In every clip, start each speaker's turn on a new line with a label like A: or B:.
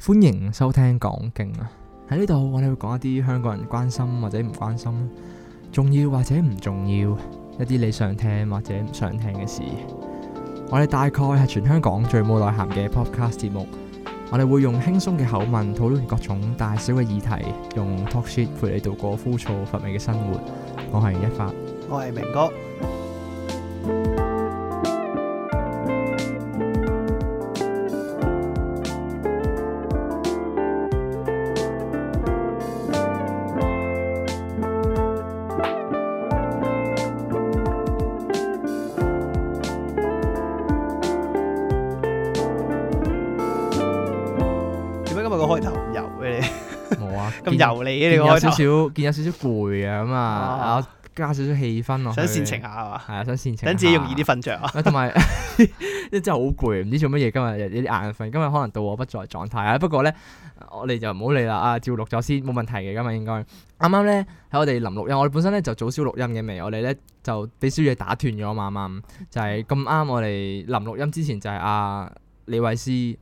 A: 歡迎收聽講經啊！喺呢度我哋會講一啲香港人關心或者唔關心，重要或者唔重要，一啲你想聽或者唔想聽嘅事。我哋大概係全香港最冇內涵嘅 podcast 節目。我哋會用輕鬆嘅口吻討論各種大小嘅議題，用 talk shit 陪你度過枯燥乏味嘅生活。我係一發。
B: 我係明哥，點解今日個開頭唔油嘅你？
A: 冇
B: ，
A: 啊
B: 咁油膩嘅你
A: 見
B: 個
A: 有
B: 開
A: 少
B: 頭，
A: 少，見有少少攰啊，咁啊，
B: 啊
A: 啊加少少氣氛落去，
B: 想煽情下係嘛？
A: 係啊，想煽情，
B: 等自己容易啲。瞓着啊！
A: 啊，同埋 真係好攰，唔知做乜嘢。今日有啲眼瞓，今日可能到我不在狀態啊。不過咧，我哋就唔好理啦，啊，照錄咗先，冇問題嘅。今日應該啱啱咧喺我哋臨錄音，我哋本身咧就早少錄音嘅未，我哋咧就俾小嘢打斷咗嘛嘛，啱啱就係咁啱我哋臨錄音之前就係阿李慧詩，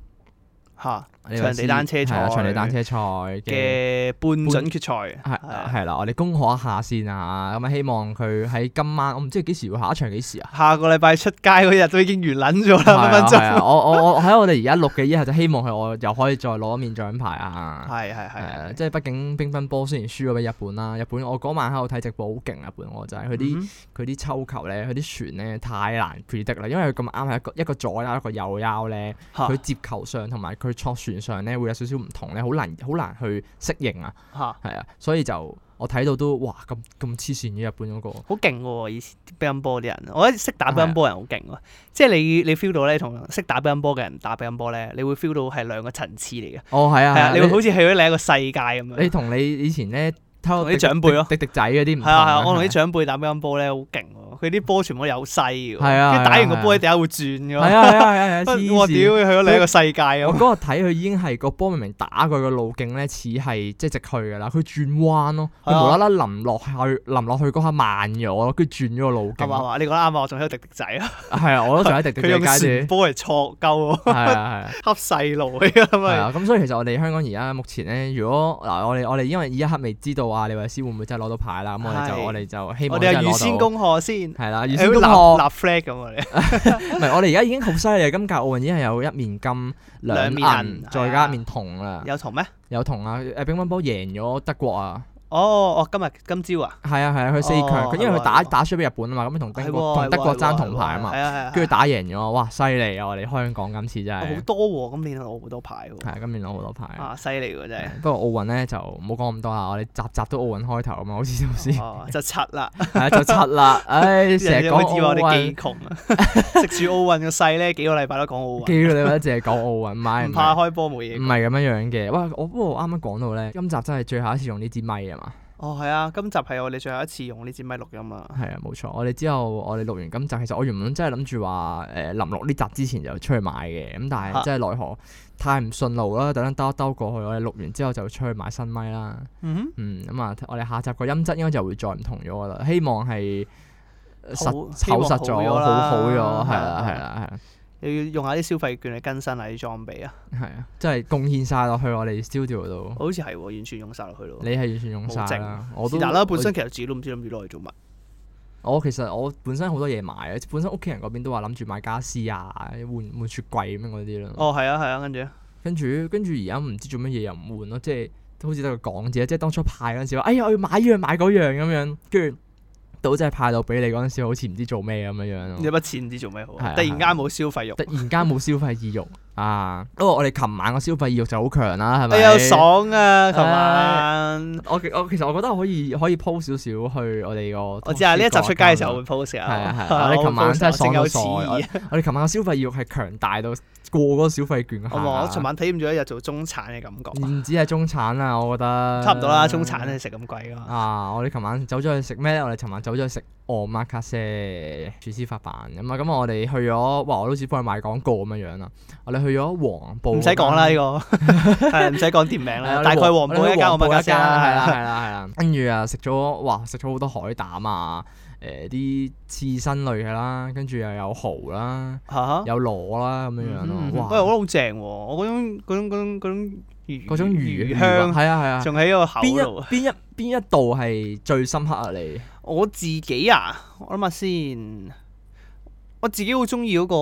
B: 嚇
A: 李慧
B: 場
A: 詩
B: 地單車賽
A: 係啊場地單車賽嘅。
B: 嘅半準決賽
A: 係
B: 係啊
A: 係啦，我哋恭賀一下先啊！咁啊，希望佢喺今晚，我唔知佢幾時會下一場幾時啊？
B: 下個禮拜出街嗰日都已經完撚咗啦，分分
A: 係啊
B: 鐘。
A: 我我我喺我哋而家錄嘅以後，就希望佢我又可以再攞一面獎牌啊！
B: 係係嗯
A: 係啊，
B: 係，
A: 即係畢竟乒乓波雖然輸咗俾日本啦，日本我嗰晚喺度睇直播好勁啊！日本我就係佢啲
B: 嗯
A: 佢啲抽球咧，佢啲船咧太難 predict 啦，因為佢咁啱係一個一個左腰一個右腰咧，
B: 嚇
A: 佢接球上同埋佢戳船上咧會有少少唔同咧，好難好難去適應啊！
B: 嚇好
A: 係啊，所以就我睇到都哇咁咁黐線嘅日本嗰個。
B: 勁喎！以前乒乓波啲人，我覺得識打乒乓波嘅人好勁
A: 啊
B: 喎。即係你你 feel 到咧，同識打乒乓波嘅人打乒乓波咧，你會 feel 到係兩個層次嚟嘅。
A: 哦，係啊，
B: 係
A: 係
B: 啊，
A: 啊，
B: 你會好似去咗另一個世界咁樣。
A: 你同你以前咧偷
B: 同啲長輩咯
A: 滴滴滴仔嗰啲唔
B: 係啊係啊，我同啲
A: 啲
B: 長輩打乒乓波咧好勁喎，佢啲波全部都有細嘅喎，
A: 係啊
B: 跟
A: 係啊
B: 住打完個波喺地下會轉嘅
A: 係
B: 喎。
A: 啊係啊係啊，
B: 不
A: 黐
B: 我屌，
A: 線！
B: 去咗另一個世界
A: 我
B: 咁。
A: 嗰日睇佢已經係個波明明打佢個路徑咧，似係即係直去㗎啦，佢轉彎咯，佢
B: 係啊
A: 無啦啦淋落去，淋落去嗰下慢咗咯，跟住轉咗個路
B: 係嘛係
A: 徑，
B: 嘛？你講得啱啊！我仲喺度滴滴仔啊，
A: 係啊，我都仲喺滴滴
B: 佢
A: 嘅
B: 用旋
A: 階段，
B: 波嚟錯鳩喎，
A: 係啊係啊。
B: 恰細路嚟㗎
A: 係
B: 咪。
A: 啊，咁所以其實我哋香港而家目前咧，如果嗱我哋我哋因為依一刻未知道啊李慧詩會唔會真係攞到牌啦，咁我哋就
B: 係
A: 我哋就希
B: 我
A: 望
B: 哋
A: 真係
B: 係
A: 攞到。
B: 預先攻賀先，
A: 係 啦，預
B: 誒
A: 先
B: 好
A: 攻
B: 似立
A: 破
B: 立 flag 咁啊我哋。
A: 唔係，我哋而家已經好犀利啦！今屆奧運已經係有一面金、兩
B: 兩面
A: 銀
B: 銀，
A: 再加一面銅啦。
B: 有同咩？
A: 有銅啊！誒，乒乓波贏咗德國啊！
B: 哦哦，今日今朝啊，
A: 係啊係啊，佢四強，
B: 哦
A: 佢因為
B: 係喎
A: 佢打
B: 係喎
A: 打輸俾日本啊嘛，咁同德
B: 係
A: 國
B: 喎
A: 同德國
B: 係喎
A: 爭
B: 係喎
A: 銅牌啊嘛，
B: 係啊係啊，
A: 跟住打贏咗，哇！犀利啊！我哋香港今次真
B: 好
A: 係
B: 多喎，今年攞好多牌喎，
A: 係啊今年攞好多牌。
B: 啊犀利喎真
A: 不過奧運咧就唔好講咁多啊啦，我哋集集都奧運開頭啊嘛，好似頭先
B: 係， 哦就柒 啦。
A: 係啊就七啦， 唉，成
B: 人
A: 日
B: 哋會
A: 講
B: 以為我
A: 奧
B: 哋幾
A: 運，
B: 窮啊！ 食住奧運嘅勢咧，幾個禮拜都講奧運，
A: 幾個禮拜淨係講奧運，唔係
B: 啊唔
A: 唔
B: 怕
A: 係
B: 開波冇嘢
A: 唔
B: 講。
A: 係咁樣樣嘅。哇！我不過啱啱講到咧，今集真係最後一次用呢支咪啊嘛。
B: 哦，係啊，今集係我哋最後一次用呢支咪錄音啦。
A: 係啊，冇錯。我哋之後我哋錄完今集，其實我原本真係諗住話誒臨錄呢集之前就出去買嘅，咁但係
B: 嚇
A: 真係奈何太唔順路啦，特登兜一兜過去。我哋錄完之後就出去買新咪啦。
B: 嗯
A: 嗯，咁啊，我哋下集個音質應該就會再唔同咗噶啦。希望係呃
B: 好
A: 實
B: 希望
A: 厚實咗，
B: 好咗
A: 好
B: 啦
A: 好咗，係
B: 係
A: 啦
B: 啊，
A: 係啦，係啦，
B: 哼，又要用下啲消費券嚟更新下啲裝備啊。
A: 係啊，真係貢獻晒落去我哋 studio 度。
B: 好似係喎，完全用晒落去咯。
A: 哦你係完全用晒啦，我嗯都
B: 是但啦，本身其實自己都唔知諗住攞嚟做乜。
A: 我其實我本身好多嘢買啊，本身屋企人嗰邊都話諗住買家私啊，換換雪櫃咁樣嗰啲啦。
B: 哦，係啊，係啊，跟住呢
A: 跟住跟住而家唔知做乜嘢又唔換咯，即係好似得個講字，即係當初派嗰陣時話，哎呀我要買呢樣買嗰樣咁樣，跟住到真係派到俾你嗰陣時，好似唔知做咩咁樣樣咯。
B: 筆錢唔知做咩好
A: 係啊
B: 啊，突然間冇消費欲。
A: 突然間冇消費意欲啊！不過我哋琴晚個消費意欲就好強啦，係咪？
B: 哎呀，爽啊！琴晚
A: 我其我其實我覺得可以可以 po 少少去我哋個
B: 我知啊，呢一集出街嘅時候我會
A: 我
B: post 啊。
A: 係啊係 啊我哋琴晚真係爽到傻
B: 我會 post 啊正有此意
A: 哋琴晚個消費意欲係強大到過嗰個消費券
B: 我望我
A: 下
B: 哦尋，晚體驗咗一日做中產嘅感覺，啊
A: 唔止係中產啦，我覺得
B: 差唔多啦。中產你食咁貴噶嘛，
A: 啊！我哋琴晚走咗去食咩咧？我哋琴晚走咗去食 omakase 廚師發辦咁啊！咁我哋去咗，哇！我都似幫佢賣廣告咁樣樣啦。我哋去咗黃埔，
B: 唔使講啦呢個， 係唔使講店名
A: 啊 係
B: 啦，
A: 啊。
B: 大概黃埔
A: 埔
B: 一間我
A: 埔
B: 咪
A: 一
B: 家先
A: 間啦，係啦
B: 啦，
A: 係啦係啦。跟住啊，食咗哇，食咗好多海膽啊！誒、誒啲刺身類嘅啦，跟住又有蠔啦，
B: 嚇
A: 有螺啦咁樣樣
B: 啊嗯
A: 咯。
B: 喂，我覺
A: 哇！
B: 得好正喎！我嗰種嗰種嗰種嗰種魚
A: 嗰種魚
B: 魚
A: 香
B: 香，
A: 係啊係啊，
B: 仲喺個口
A: 邊
B: 度
A: 一
B: 啊。
A: 邊一邊一度係最深刻啊你？
B: 我自己啊，我諗下先，我自己好中意嗰個，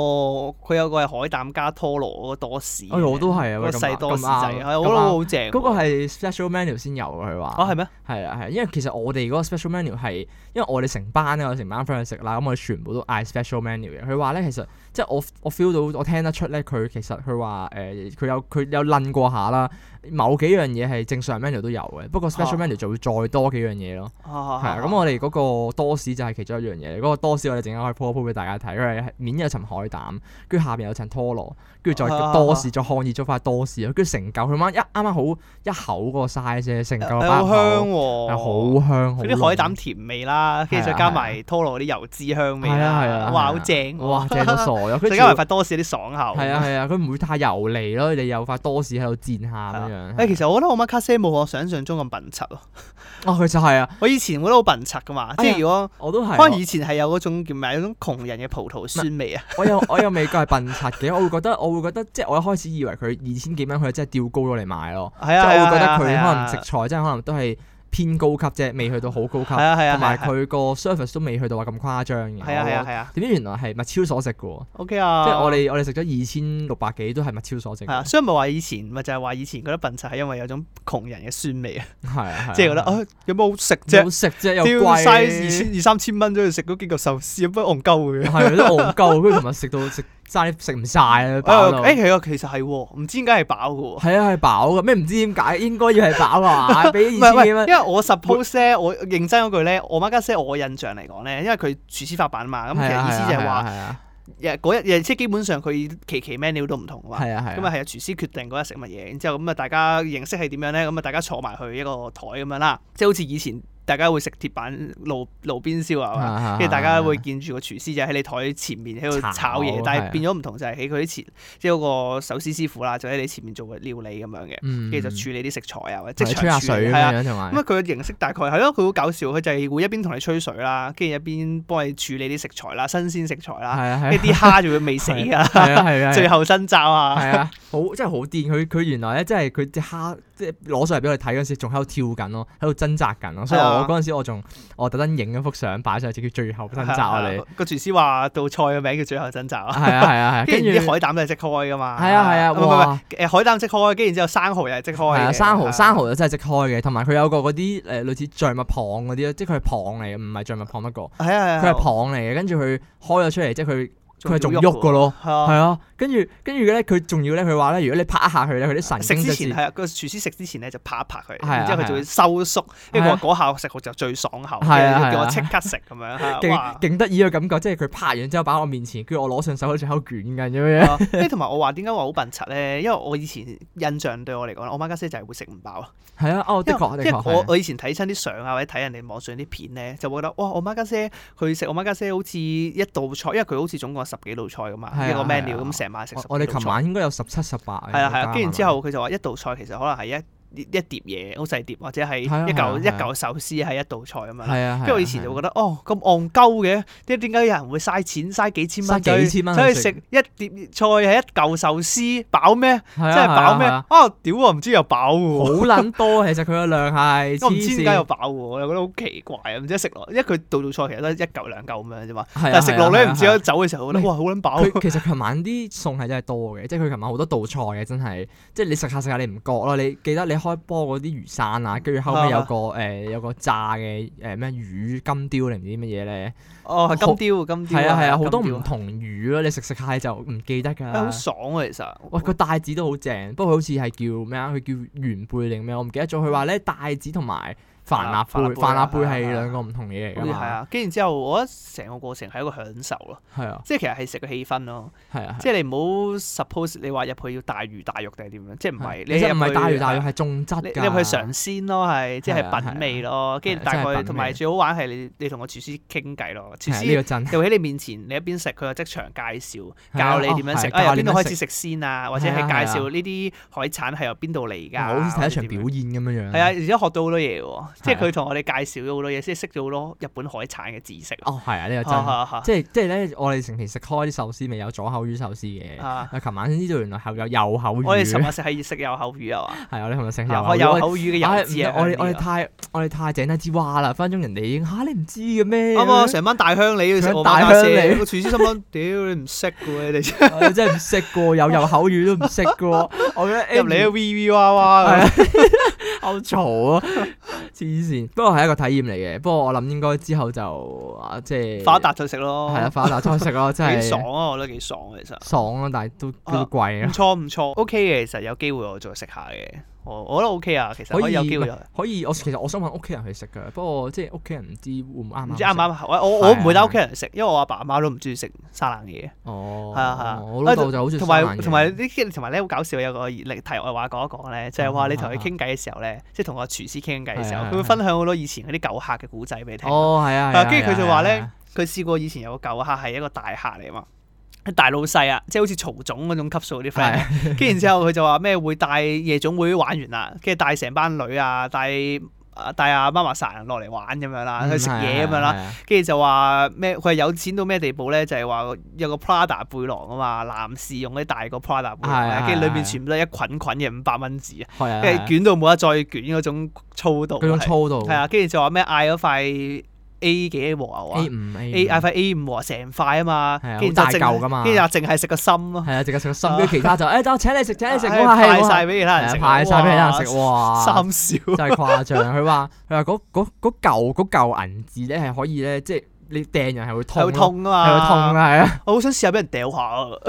B: 佢有個係海膽加拖羅嗰個多士嘅。
A: 哎我都係啊，
B: 嗰個
A: 喂
B: 細
A: 咁
B: 多
A: 咁
B: 士仔，係
A: 啱，
B: 我覺
A: 咁啱
B: 得好正喎。
A: 嗰個係 special menu 先有啊佢話。
B: 啊係咩？
A: 係啊係啊，因為其實我哋嗰個 special menu 係，因為我哋成班咧，我哋成班 friend 去食啦，咁我哋全部都嗌 special menu 嘅。佢話咧，其實即係我我 feel 到，我聽得出咧，佢其實佢話誒，佢、有佢有論過下啦，某幾樣嘢係正常 menu 都有嘅，不過 special
B: 啊
A: menu 就會再多幾樣嘢咯。係
B: 係
A: 啊，咁我哋嗰個多士就係其中一樣嘢。嗰、個多士我哋陣間可以 po 一 po 俾大家睇，佢係面有層海膽，跟住下邊有層拖羅，跟住再
B: 啊
A: 多士，再烘熱咗塊多士，跟住成嚿佢媽一啱啱好一口嗰個 size 啫，成嚿
B: 係
A: 啊包入
B: 哎好香
A: 口係
B: 喎，
A: 好香，
B: 嗰
A: 嗰
B: 啲海膽甜味啦，跟住再加埋拖羅嗰啲油脂香味
A: 啊係啊係
B: 啦
A: 啊，
B: 哇
A: 係啊
B: 好正喎！
A: 哇正到傻咗，跟住
B: 再加埋塊多士有啲爽口。
A: 係啊係啊，佢唔會太油膩咯，你有塊多士喺度煎下咁樣。
B: 哎誒，其實我覺得我媽卡西冇我想象中咁笨柒咯。
A: 哦，佢就係啊，
B: 我以前覺得好笨柒噶嘛，即
A: 哎呀
B: 係如果
A: 我都係
B: 可能
A: 啊。
B: 以前係有嗰種叫咩，有種窮人嘅葡萄酸味啊。
A: 我有我有未夠係笨柒嘅，我會覺得我會覺得即係我一開始以為佢二千幾蚊，佢真係吊高咗嚟買咯。
B: 係
A: 即
B: 啊，
A: 係我會覺
B: 係
A: 得
B: 啊係
A: 佢可
B: 啊
A: 能食材真係可能都係偏高級啫，未去到好高級，
B: 係啊係啊，
A: 同埋
B: 係啊
A: 佢個 service 都未去到話咁誇張嘅。
B: 係啊係啊
A: 我
B: 係啊
A: 點知原來係物超所值嘅喎，
B: ，OK 啊，
A: 即係我哋我哋食咗二千六百幾都係物超所值
B: 係啊，
A: 嘅。
B: 所以咪話以前咪就係話以前覺得笨柒係因為有種窮人嘅酸味啊，
A: 係啊，
B: 即係覺
A: 係
B: 得
A: 啊
B: 啊有冇好食啫
A: 冇，食啫，又
B: 屌
A: 貴，
B: 嘥二千二三千蚊都去食嗰幾嚿壽司，有乜戇 鳩嘅？
A: 係都戇鳩，跟住同埋食到食爭啲食唔晒
B: 哦
A: 啊，飽到
B: 誒，哎其實其實係喎，唔知點解係飽嘅喎。
A: 係啊係飽嘅，咩唔知點解應該要係飽 啊，俾二
B: 唔係，
A: 千
B: 喂，
A: 幾
B: 因
A: 蚊，
B: 為我 suppose 咧，我認真嗰句咧，我媽家姐我印象嚟講咧，因為佢廚師法版嘛，咁其
A: 係
B: 實
A: 啊
B: 意思就係話，
A: 係啊
B: 日嗰日日即係基本上佢期期 menu 都唔同噶嘛，
A: 係啊係啊
B: 咁啊係啊廚師決定嗰日食乜嘢，然之後咁啊大家形式係點樣咧，咁啊大家坐埋去一個台咁樣啦，即係好似以前大家會食鐵板路路邊燒
A: 係
B: 啊
A: 啊係
B: 嘛。
A: 啊，
B: 跟住大家會見住個廚師就喺你台前面喺度
A: 炒
B: 炒嘢，但
A: 係啊
B: 係變咗唔同就係喺佢啲前，即係嗰個壽司師傅啦，就喺你前面做嘅料理咁樣嘅，
A: 嗯，
B: 跟住就處理啲食材啊，或
A: 即
B: 者即
A: 吹下
B: 場處理
A: 水咁
B: 係啊，
A: 樣同
B: 咁啊，
A: 埋
B: 佢嘅形式大概係咯，佢好搞笑，佢就係會一邊同你吹水啦，跟住一邊幫你處理啲食材啦，新鮮食材啦，
A: 係啊係啊
B: 跟住啲蝦仲會未死啊，
A: 係啊 係啊，
B: 最後新罩啊，
A: 係啊，好真係好癲！佢佢原來咧，真係佢隻蝦即係攞上嚟俾我哋睇嗰陣時，仲喺度跳緊咯，喺度掙扎緊咯。所以
B: 係啊
A: 我嗰陣時我仲我特登影咗幅相擺上去，就叫最後掙扎我哋。
B: 啊個廚師話道菜嘅名叫最後新罩啊，
A: 啊係啊係啊 係啊，
B: 跟
A: 跟
B: 住啲
A: 住
B: 海膽都係即開噶嘛，
A: 係啊係啊
B: 唔係唔係
A: 哇
B: 唔係誒海膽即開，跟住然之後生蠔又係即開
A: 係
B: 嘅，
A: 啊生蠔
B: 係啊
A: 生蠔就真係即開嘅，同埋佢有個嗰啲誒類似象物蚌嗰啲咧，即係佢係蚌嚟嘅，唔係象物蚌不過
B: 係啊係
A: 佢
B: 啊，
A: 係蚌嚟嘅，跟住佢開咗出嚟，即係佢佢係仲
B: 要
A: 喐嘅
B: 㗎
A: 咯。
B: 喎，
A: 係
B: 係啊，
A: 啊，跟住跟住咧，佢仲要咧，佢話咧，如果你拍一下佢咧，佢啲神
B: 食
A: 經
B: 之
A: 就
B: 前
A: 似
B: 係啊，個廚師食之前咧就拍一拍佢，
A: 係啊
B: 然之後佢就會收縮，跟住我嗰下食落就最爽口，
A: 係啊
B: 跟住
A: 係
B: 叫我
A: 啊
B: 即刻食咁樣係啊，哇
A: 勁！勁得意嘅感覺，即係佢拍完之後擺喺我面前，跟住我攞上手好似喺度捲緊咁樣。
B: 啊誒同埋我話點解話好笨柒咧？因為我以前印象對我嚟講，我媽家姐 就係會食唔飽咯。
A: 係啊，哦，的
B: 因為
A: 確的
B: 因為
A: 確
B: 我
A: 係
B: 我以前睇親啲相啊，或者睇人哋網上啲片咧，就會覺得哇，我媽家姐佢食我媽家姐好似一道菜，因為佢好似總共有十幾道菜噶嘛，
A: 係啊
B: 一個 menu
A: 係啊
B: 咁成呃晚食
A: 我
B: 十幾道
A: 我哋琴
B: 菜
A: 晚應該啊有十七十八。
B: 係啊啦係啦，跟住之後佢就話一道菜其實可能係一一碟嘢，好細碟，或者係一
A: 係啊係
B: 嚿
A: 啊
B: 一嚿壽司係一道菜咁樣啦。
A: 係啊，
B: 跟住我以前就會覺得哦咁戇鳩嘅，即係點解有人會嘥錢嘥幾千蚊
A: 嘥幾千蚊
B: 走去
A: 去
B: 食
A: 食
B: 一碟菜係一嚿壽司飽咩？
A: 真
B: 真係飽咩？
A: 好
B: 啊屌啊！唔知又飽喎，
A: 撚多，其實佢個量係
B: 我唔知點解
A: 黐
B: 又
A: 線。
B: 飽喎，我又覺得好奇怪啊！唔知食落，因為佢道道菜其實都係一嚿兩嚿咁樣啫嘛，
A: 係啊
B: 但係食落
A: 係
B: 咧
A: 啊
B: 唔知
A: 係啊
B: 點解走嘅時候覺得哇好撚飽
A: 佢其實琴晚啲餸係真係多嘅，即係佢琴晚好多道菜嘅，真係，即係你食下食下你唔覺咯。你記得你開波嗰啲魚生啊，跟住後尾有個誒有個炸嘅誒咩魚金雕定唔知乜嘢咧，
B: 哦，係金雕金雕
A: 係啊係啊，好多
B: 金雕
A: 唔同魚咯，你食食下你就唔記得㗎
B: 啊好
A: 啦。
B: 爽啊！其實
A: 喂，個帶子都好正，不過好似係叫咩啊？佢叫原貝定咩？我唔記得咗。佢話咧帶子同埋帆立
B: 帆立
A: 貝，
B: 貝
A: 帆立
B: 啊
A: 貝係
B: 係啊
A: 兩個唔同嘢嚟
B: 好
A: 㗎
B: 似
A: 嘛。
B: 係，啊，跟住之後我覺得成個過程係一個享受咯，
A: 係啊，
B: 即係其實係食個氣氛咯。
A: 係啊，
B: 即係你唔好 suppose 你話入去要大魚大肉定係點樣，即係唔係
A: 係你即係唔係
B: 入
A: 大魚
B: 去啊
A: 大肉係重質
B: 你
A: 㗎。
B: 你入去嘗鮮咯，係即
A: 係啊
B: 係品味咯，跟
A: 係
B: 住
A: 啊
B: 大
A: 真係品
B: 概
A: 味
B: 同埋最好玩係你你同個廚師傾偈咯，廚
A: 係啊呢
B: 師
A: 個真
B: 又喺你面前，你一邊食佢又即場介紹，
A: 係啊
B: 教你
A: 哦
B: 點樣
A: 係
B: 食，啊
A: 教
B: 由
A: 你
B: 邊度
A: 點樣
B: 開始食先啊，或者
A: 係啊
B: 係介
A: 係啊
B: 紹呢啲海產係由邊度嚟㗎，
A: 好似睇一場表
B: 演
A: 演咁樣樣。啊
B: 啊係啊，而且學到好多嘢喎，即係佢同我哋介紹咗好多嘢，即係識咗好多日本海產嘅知識。
A: 哦，係啊，呢個
B: 啊
A: 真。
B: 啊啊
A: 即係即係咧，我哋成期食開啲壽司，咪有左口魚壽司嘅。
B: 啊
A: 啊，琴晚先知道原來後有右口魚。
B: 我哋
A: 係
B: 尋日食係食有口魚啊
A: 啊，你係咪食
B: 嘛
A: 右
B: 啊，我
A: 口
B: 有
A: 魚？
B: 口魚嘅
A: 唉
B: 油
A: 唔
B: 脂啊
A: 得我哋我哋
B: 嗰啲啊
A: 太我哋太井底之蛙啦，分分鐘人哋已經嚇你唔知嘅咩？
B: 啱啊！成班大鄉你要食
A: 成班
B: 我
A: 嗯大
B: 媽家
A: 鄉
B: 姐
A: 里
B: 個廚師心諗： 屌你唔識嘅喎，你哋
A: 我真係唔識過，有右口語都唔識過。 我覺得哎
B: 入嚟 V V 哇哇
A: 係
B: 咁
A: 啊。好嘈啊！黐線，不過係一個體驗嚟嘅。不過我諗應該之後就啊，即係
B: 發達就食咯，
A: 係啊，發達再食咯，真 係
B: 幾爽啊！我覺得幾爽啊其實。
A: 爽咯，但係都都
B: 啊
A: 貴
B: 唔
A: 啊。
B: 錯唔錯，OK 嘅，其實有機會我再食下嘅，我我覺得 OK 啊，其實 可
A: 可
B: 以
A: 以
B: 有機會
A: 唔係，可以我其實我想揾屋企人去食㗎，不過即係屋企人唔知會唔會啊啱
B: 唔知啱唔
A: 食？
B: 啱？我我
A: 係
B: 我
A: 啊
B: 唔會帶屋企人食，因為我阿爸阿媽都唔中意食生冷嘢，
A: 哦，
B: 係啊係啊
A: 我老豆就好中意
B: 同
A: 食
B: 埋
A: 冷嘢
B: 同埋啲同埋咧好搞笑，有個例題外話講一講咧，就係話你同佢傾偈嘅時候咧，即係同個廚師傾偈嘅時候，
A: 嗯係啊係啊
B: 佢會分享好多以前嗰啲舊客嘅古仔俾你聽。
A: 哦係啊，係
B: 係
A: 啊
B: 啊跟住佢就話咧，
A: 係啊
B: 佢試過以前有個舊客係一個大客嚟嘛，大老細啊，即係好似曹總嗰種級數啲 friend。跟住然之後佢就話咩會帶夜總會玩完啦，跟住帶成班女啊，帶啊帶阿媽媽殺人落嚟玩咁樣啊
A: 嗯
B: 啦，去食嘢咁樣
A: 啊
B: 啦。，跟住就話咩？佢係有錢到咩地步咧？就係、話有個 Prada 背囊啊嘛，男士用嗰啲大個 Prada 背囊
A: 係
B: 啊，
A: 係
B: 跟住裏面
A: 係
B: 全部都係一捆捆嘅五百蚊紙啊，
A: 係啊，
B: 跟住捲到冇得再捲嗰種粗度啊。
A: 嗰種粗度
B: 係啊，跟住就話咩嗌咗塊 A 幾和牛啊
A: A 五 A
B: ，A 嗌塊 A 五和成塊啊嘛，
A: 係啊
B: 跟住
A: 好
B: 就
A: 大嚿㗎嘛
B: 淨跟住就淨係食個心咯，
A: 係啊，直接食個心，跟住其他就誒，等我請你食，請你食，
B: 唉
A: 哇係
B: 哎派
A: 哇
B: 晒俾其他人
A: 係
B: 食，
A: 啊派晒俾其他人食，
B: 哇，
A: 哇！
B: 三少
A: 真係誇張。啊佢話佢話嗰嗰嗰嚿嗰嚿銀紙咧係可以咧，即係你掟人係會
B: 係
A: 痛
B: 會
A: 咯，
B: 痛
A: 係會
B: 啊
A: 痛
B: 嘛，
A: 啊，係 啊！
B: 我好想試下俾人掉下啊，
A: 我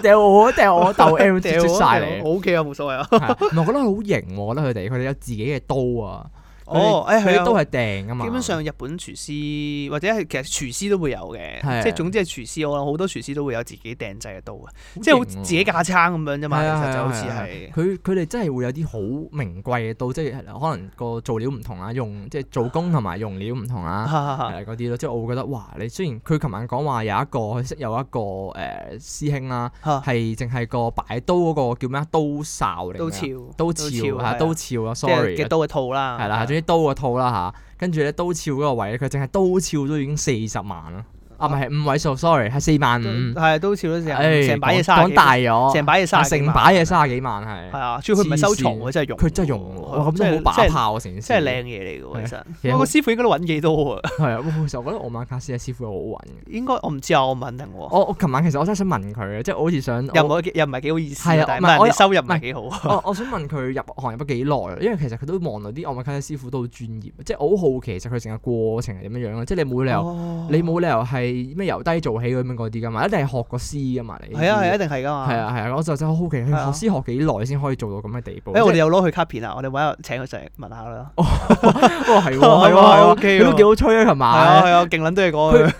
A: 掟我掟我豆 M
B: 掉
A: 出晒嚟，
B: 我 OK 啊，冇所謂啊，
A: 係啊唔係我覺得好型喎，我覺得佢哋佢哋有自己嘅刀啊，佢哋
B: 哦，誒
A: 佢
B: 係
A: 啲刀
B: 啊。
A: 係掟噶嘛，
B: 基本上日本廚師或者係其實廚師都會有嘅
A: 係啊，
B: 即係總之係廚師，我諗好多廚師都會有自己訂製嘅刀嘅，即
A: 型
B: 係
A: 喎
B: 好自己架撐咁樣啫嘛，
A: 係
B: 其
A: 啊
B: 實就好似
A: 係啊
B: 係
A: 佢佢哋真係會有啲好名貴嘅刀，即係可能個造料唔同啊，用即係做工同埋用料唔同啊。係啊嗰啲咯，即係我會覺得哇！你雖然佢琴晚講話有一個佢識有一個誒、呃、師兄啦、
B: 啊
A: 係淨係個擺刀嗰個叫咩啊？刀哨嚟
B: 都
A: 㗎，
B: 超
A: 刀鞘係啊
B: 係
A: 刀鞘啊
B: 即係
A: ，sorry
B: 嘅
A: 啊
B: 刀嘅套啦，
A: 係啦，總之刀個套啦吓，跟住咧刀鞘嗰個位咧，佢淨係刀鞘都已經四十萬啦，啊唔係五位數，sorry 係四萬五，
B: 係都似都成成把嘢
A: 嗯講
B: 卅
A: 講
B: 幾，
A: 大咗，
B: 成把嘢
A: 啊
B: 卅
A: 成把嘢卅幾萬係
B: 係，啊，主要佢唔係收藏喎，真係用，
A: 佢真係用喎，哇咁真係好把
B: 真係
A: 炮啊成件事，
B: 真係靚嘢嚟嘅喎，其實
A: 係啊
B: 我個師傅應該都揾幾多啊，
A: 係啊，哇其實我覺得奧馬卡斯嘅師傅好好揾嘅，
B: 應該我唔知啊，我唔肯定喎，
A: 我我琴晚其實我真係想問佢嘅，啊即係我好似想
B: 又唔
A: 我
B: 係又唔係幾好意思
A: 係
B: 啊
A: 啊，
B: 但係
A: 唔係
B: 唔係
A: 我
B: 你收入唔係幾好啊，
A: 我我想問佢入行入咗幾耐，啊因為其實佢都望到啲奧馬卡斯師傅都好專業，啊即係我好好奇其實佢成個過程係點樣樣咯，啊即係你冇理由。
B: 哦
A: 你冇理由係咩由低做起咁樣嗰啲噶嘛，一定係學過師噶嘛你。
B: 係啊係一
A: 啊。
B: 定係㗎嘛，
A: 係啊係啊，我就真係好好奇
B: 係啊
A: 佢學師學幾耐先可以做到咁嘅地步。
B: 誒，我哋
A: 即係
B: 有攞佢卡片啊！我哋揾日請佢上嚟問下啦。係
A: 哦 係喎
B: 哇
A: 係喎係喎，
B: OK 喎
A: 佢都幾好吹啊琴
B: 啊
A: 晚。
B: 係啊，勁撚多嘢講佢。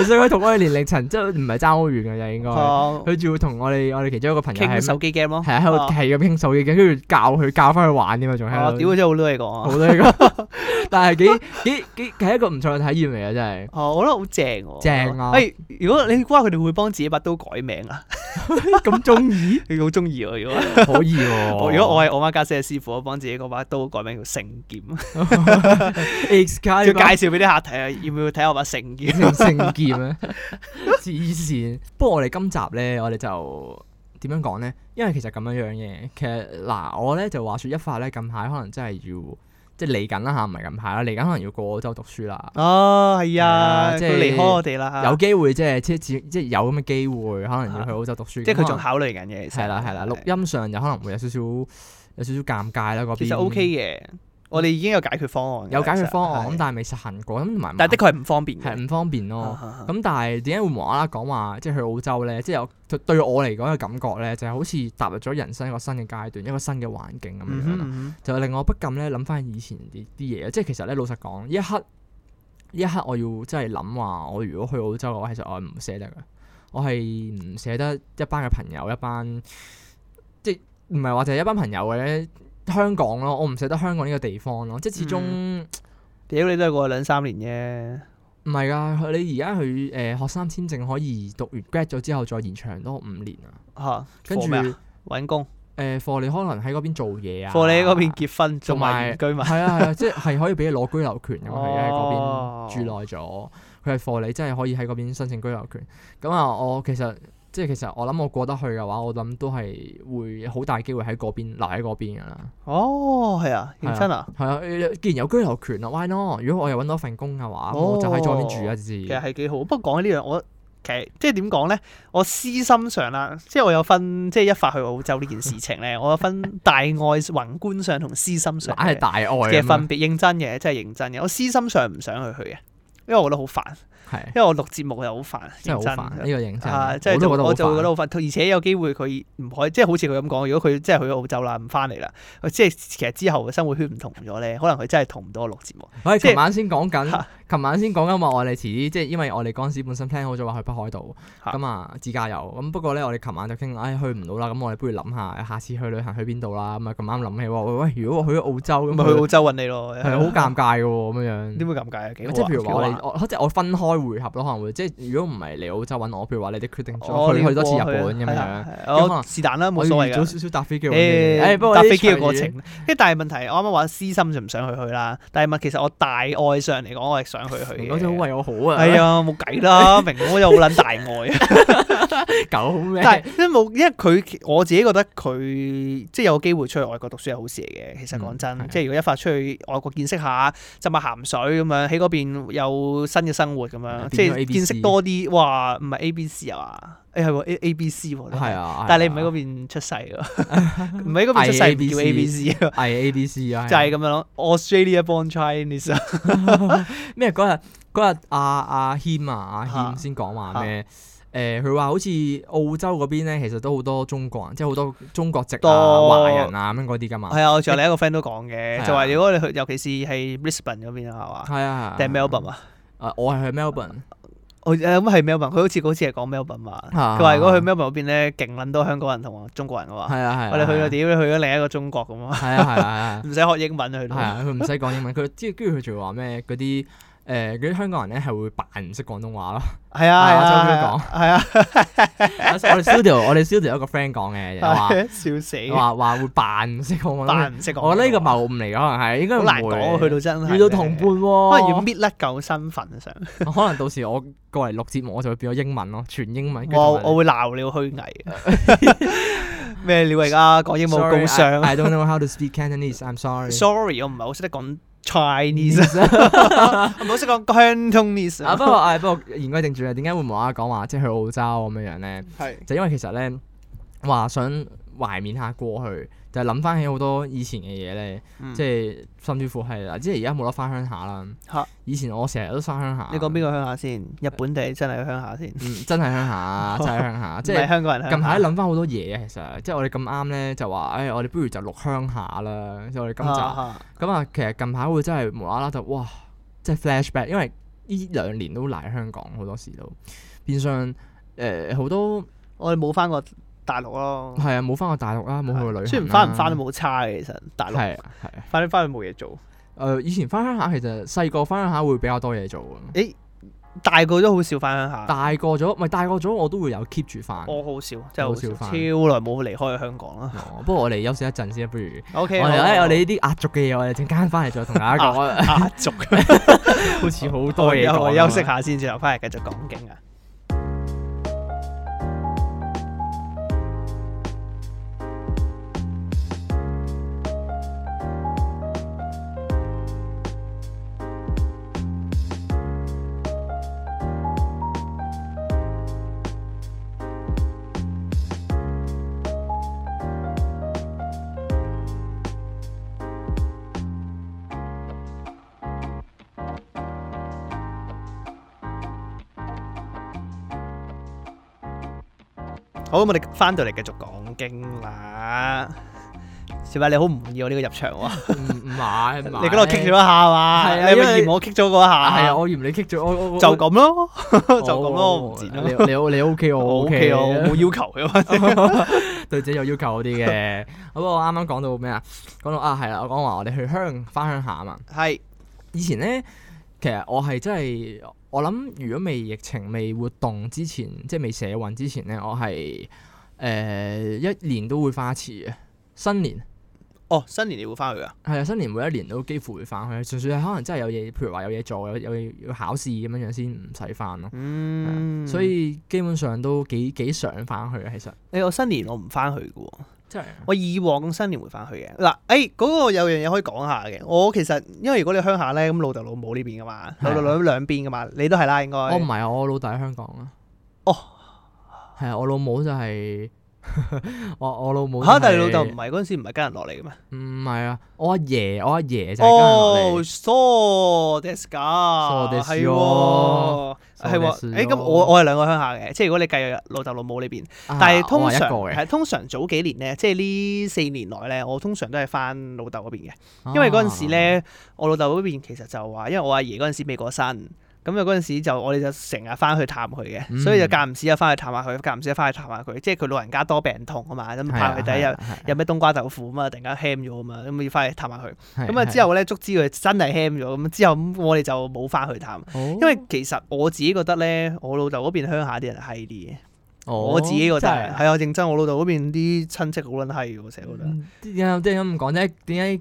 A: 其實佢同我哋年齡層真係唔係爭好遠嘅啫，應該。
B: 啊
A: 佢仲要同我哋我哋其中一個朋友
B: 傾
A: 係
B: 手機 game 咯。
A: 係啊喺
B: 啊
A: 度係咁傾手機嘅，跟住教佢教翻佢玩添嘛，仲
B: 啊
A: 喺度。
B: 屌，真係好多嘢講啊！
A: 好多嘢講， 但係幾幾幾係一個唔錯嘅體驗嚟啊嘅，真係。
B: 哦，我覺得好正喎。
A: 正啊
B: 誒，如果你估下佢哋會幫自己把刀改名啊？
A: 咁中意
B: 你好中意喎！如果
A: 可以喎。
B: 我 如果我係我媽家姐嘅師傅，我幫自己嗰把刀改名叫聖劍， 要
A: Excalibur
B: 介紹俾啲客睇啊！要唔要睇我把聖 劍？
A: 成聖劍 啊！黐線。不過我哋今集咧，我哋就點樣講咧？因為其實咁樣樣嘅，其實嗱，我咧就話説一發咧，近排可能真係要即係嚟緊啦嚇，唔係近排啦，嚟緊可能要過洲讀書啦。
B: 哦， 係啊，
A: 係啊即
B: 佢
A: 係
B: 離開我哋啦。
A: 有機會即係即係即係有咁嘅機會，可能要去澳洲讀書。
B: 即係佢
A: 可
B: 仲
A: 能
B: 考慮緊嘅。其實
A: 啊係啦係啦，錄音上就可能會有少少有少少尷尬啦嗰邊。
B: 其實 OK 嘅，我哋已經有解決方案㗎啦。
A: 有解
B: 其
A: 決
B: 實
A: 方案，咁
B: 係
A: 但係未實行過，咁同埋
B: 但係的確係唔方便嘅啊
A: 係。唔哦方便咯。
B: 咁
A: 咁但係點解會無啦啦講話即係去澳洲咧？即係我對對我嚟講嘅感覺咧，就係好似踏入咗人生一個新嘅階段，一個新嘅環境咁
B: 嗯
A: 樣樣啦，就令我不禁咧諗翻以前啲啲嘢。即係其實咧，老實講，呢一刻呢一刻我要即係諗話，我如果去澳洲嘅話，其實我係唔捨得嘅，我係唔捨得一班嘅朋友，一班即係唔係話就係一班朋友嘅香港咯，我唔捨得香港呢個地方咯，即係始終。
B: 屌你都係過兩三年
A: 唔係㗎，佢你而家佢誒學生簽證可以讀完 grad 咗之後再延長多五年啊，
B: 啫，嚇，
A: 跟住
B: 放咩啊揾工
A: 誒貨你可能喺嗰邊做嘢啊，
B: 貨你喺嗰邊結婚，做
A: 同
B: 埋
A: 埋
B: 原居 民，
A: 係啊係啊，即係係可以俾你攞居留權咁，啊佢喺
B: 哦
A: 嗰邊住耐咗，佢係貨你真係可以喺嗰邊申請居留權。咁啊，我其實即係其實我諗我過得去嘅話，我諗都係會好大機會喺嗰邊留喺嗰邊㗎啦。
B: 哦，係啊，認真啊，
A: 係啊，誒既然有居留權啦，why not？如果我又揾到一份工嘅話，我就喺咗嗰邊住一
B: 哦其
A: 次
B: 實。係幾好。不過講起呢樣，我其實即係點講咧？我私心上啦，即係我有分，即係一發去澳洲呢件事情 咧，我有分大愛宏觀上同私心上
A: 硬係
B: 嘅
A: 大愛啊
B: 嘅
A: 嘅
B: 分別。認真嘅，真係認真嘅。我私心上唔想去去嘅，因為我覺得好煩，
A: 係
B: 因為我錄節目又好煩，
A: 真
B: 認
A: 係
B: 真
A: 好煩呢個認真，
B: 啊！即係
A: 我都覺
B: 就
A: 得
B: 我
A: 好
B: 就會覺得
A: 煩。
B: 好煩，而且有機會佢唔可以，即係好似佢咁講，如果佢真係去咗澳洲啦，唔翻嚟啦，佢即係其實之後嘅生活圈唔同咗咧，可能佢真係同唔到我錄節目。
A: 我哋
B: 即係
A: 琴晚先講緊
B: 嚇，
A: 琴晚先講緊話我哋遲啲，即係因為我哋嗰陣時本身 plan 好咗話去北海道，
B: 嚇
A: 咁啊自駕遊。咁不過咧，我哋琴晚就傾，唉去唔到啦，咁我哋不如諗下下次去旅行去邊度啦。咁啊咁啱諗起話，喂喂，如果我去咗澳洲咁
B: 咁
A: 啊
B: 咪去澳洲揾你咯，啊
A: 係好尷尬嘅喎，咁樣樣。
B: 點會尷尬啊？幾好啊
A: 即係譬如話我
B: 幾好啊
A: 哋，我即係我分開回合咯，可能會即係如果唔係嚟澳洲揾我，譬如話你哋決定
B: 哦
A: 咗去
B: 你
A: 去多次日
B: 過
A: 本咁
B: 係
A: 樣
B: 啊，係啊
A: 咁可
B: 我
A: 能
B: 是但啦，冇
A: 我
B: 所
A: 預
B: 謂㗎
A: 早。少少搭飛機揾你。哎誒，不
B: 誒，
A: 過
B: 搭
A: 呢
B: 飛機嘅
A: 場
B: 過
A: 嘢
B: 程，跟住但係問題，我啱啱話私心就唔想去去啦。但係問其實我大愛上嚟講，我係想去去
A: 明
B: 嘅。
A: 哥真係好 為我好啊！
B: 係啊，冇計啦，明我又好撚大愛啊！
A: 狗 咩？
B: 但係即係冇，因為佢我自己覺得佢即係有機會出去外國讀書係好事嚟嘅。其實
A: 嗯
B: 講真，
A: 係啊
B: 即係如果一發出去外國見識下，浸下鹹水咁樣，喺嗰邊有新嘅生活咁
A: 變咗
B: 樣，即係
A: ABC
B: 見識多啲。哇，唔係 A B C 啊嘛？誒係喎，A A B C 喎。真
A: 係。啊，
B: 但係你唔喺嗰
A: 邊
B: 邊出世喎，唔喺嗰 邊出世唔叫 A B C 啊，
A: 係 A B C 啊，
B: 就係咁樣咯。Australia born Chinese 啊，
A: 咩嗰日嗰日阿阿軒啊阿
B: 啊
A: 軒先講話咩？誒佢話好似澳洲嗰邊咧，其實都好多中國人，即係好多中國籍啊、
B: 多
A: 華人啊咁樣嗰啲噶嘛。
B: 係啊，我仲有另一個 friend 都講
A: 係
B: 嘅，
A: 啊
B: 就話如果你去，尤其是係 Brisbane 嗰邊啊，係嘛？
A: 係啊，
B: 定係 Melbourne 啊？
A: 啊？我係去 Melbourne。
B: 我誒咁係 Melbourne，佢好似好似係講 Melbourne 嘛。
A: 啊
B: 佢話如果去 Melbourne 嗰邊咧，勁撚多香港人同中國人嘅
A: 係
B: 話，
A: 啊係啊。
B: 我哋去
A: 係啊
B: 咗點咧？去咗另一個中國咁啊，
A: 係啊係啊
B: 唔使學英文啊去
A: 係啊，
B: 到
A: 係。啊，佢唔使講英文，佢即係跟住佢仲話咩嗰啲誒嗰啲香港人咧係會扮唔識廣東話 咯。
B: 係啊係
A: 啊
B: 啊，係啊，
A: 我哋 studio 我哋 studio 有個 friend 講嘅話
B: 笑死，
A: 話話會扮唔識講廣東話。
B: 扮唔識講。
A: 我覺得呢個謬誤嚟，可能係應該
B: 好
A: 唔
B: 難
A: 會
B: 講喎，去到真係
A: 遇到同伴。喎，
B: 可能要搣甩嚿身份 上，
A: 可能到時我過嚟錄節目，我就會變咗英文咯，全英文。
B: 我我會鬧你好 虛偽，咩料嚟㗎？講英文好高尚。啊
A: I I don't know how to speak Cantonese. I'm sorry.
B: Sorry，我唔係好識得講 Chinese，我唔係 好識講 Cantonese。
A: 啊，不過啊，不過言歸正傳啊，點解會無啦啦講話即係去澳洲啊咁樣樣咧？
B: 係
A: 就因為其實咧話想懷緬下過去，就係諗翻起好多以前嘅嘢咧，
B: 嗯
A: 即係甚至乎係即係而家冇得翻鄉下啦。
B: 嚇
A: 以前我成日都翻鄉下。
B: 你講邊個鄉下先？日本地真係鄉下先，
A: 嗯？真係鄉下，真係鄉 下，啊即
B: 唔係
A: 係。
B: 香港人鄉
A: 近排
B: 下。
A: 諗翻好多嘢啊，其實即係我哋咁啱咧就話，誒、哎我哋不如就錄鄉下啦，即係我哋今集
B: 啊
A: 咁啊，其實近排會真係無啦啦就哇，即係 flashback，因為呢兩年都嚟香港好多時都變相誒好、多
B: 我哋冇翻過大陸咯。
A: 係啊，冇翻過大陸啦，冇去過旅行啦。啊
B: 雖然翻唔翻都冇差嘅，其實大陸
A: 係啊係啊
B: 翻啲翻去冇嘢做。
A: 誒、以前翻鄉下其實細個翻鄉下會比較多嘢做嘅，
B: 誒，大個都好少翻鄉下。
A: 大個咗咪大個咗我都會有 keep 住翻。
B: 我好少，真係
A: 好
B: 好少，
A: 少
B: 超
A: 返
B: 耐冇離開香港啦。
A: 哦不過我哋休息一陣先啊，不如
B: O
A: 我
B: K，
A: 哋咧我哋呢啲壓軸嘅嘢，我哋陣間翻嚟再同大家講啊。
B: 壓 軸，
A: 好似好
B: 我
A: 多嘢講，
B: 我
A: 啊
B: 休息。下先，轉頭翻嚟繼續講經啊。好，咁我哋翻到嚟繼續講經啦。小米，你好唔滿意我呢個入場 喎？
A: 唔唔買，唔買
B: 你嗰度棘咗一下嘛？
A: 係啊
B: 你咪
A: 因為
B: 嫌我棘咗嗰一下？
A: 係啊！我嫌你棘咗，我我我
B: 就咁咯， 就
A: 我哦
B: 咁咯，我唔剪咯。哦
A: 你你 O 你 O K 我 O K
B: 我冇要求嘅反正。
A: 對自己有要求嗰啲嘅。不過我啱啱講到咩啊？講到啊係啦，我講話我哋去鄉翻鄉下啊嘛。
B: 係
A: 以前咧，其實我係真係我諗，如果未疫情、未活動之前，即係未社運之前咧，我係誒、一年都會翻一次嘅。新年
B: 哦，新年你會翻去噶？
A: 係啊，新年每一年都幾乎會翻去，純粹係可能真係有嘢，譬如話有嘢做，有有嘢要考試咁樣樣先唔使翻咯。
B: 嗯，
A: 所以基本上都幾幾想翻去啊，其實
B: 你我新年我唔翻去嘅喎。
A: 真係
B: 我以往新年會翻去嘅嗱，誒、嗰、個有樣嘢可以講下嘅。我其實因為如果你鄉下咧，咁老豆老母呢邊噶嘛，
A: 係啊
B: 老豆老母兩邊噶嘛，你都係啦應該。
A: 我唔係啊，我老豆喺香港啊。
B: 哦，
A: 係啊，我老母就係 我我老母
B: 嚇
A: 就
B: 但係你老豆
A: 係
B: 唔係嗰陣時唔係跟人落嚟嘅咩？
A: 唔係啊，我阿爺我阿爺就係跟人落
B: 哦
A: 嚟，
B: ，so this 噶，
A: です
B: 係
A: よ
B: 喎，
A: そう
B: 係
A: で
B: 喎。
A: す
B: 誒咁
A: よ
B: 我我係兩個鄉下嘅，即係如果你計老豆老母呢邊，
A: 啊
B: 但係通
A: 我係一
B: 常
A: 個嘅
B: 係通常早幾年咧，即係呢四年內咧，我通常都係翻老豆嗰邊嘅。
A: 啊
B: 因為嗰陣時，咧，我老豆嗰邊其實就話，因為我阿爺嗰陣時未過身，咁就嗰陣時就我哋就成日翻去探佢嘅，
A: 嗯
B: 所以就間唔時又翻去探下佢，間唔時又啊翻去探下佢，即係佢老人家多病痛啊嘛，咁怕佢第一日有咩冬瓜豆腐啊嘛，突然間 ham 咗啊嘛，咁要翻去探下佢。咁啊之
A: 後
B: 後咧，足知佢真係 ham 咗，咁之後咁我哋就冇翻去探。
A: 因
B: 因為其實我自己覺得咧，我老豆嗰邊鄉下啲人係啲嘅，我自己覺得係
A: 哦係。
B: 係啊，認真我老豆嗰邊啲親戚好撚閪嘅，我成日覺得。
A: 嗯點解有啲人咁講啫？點解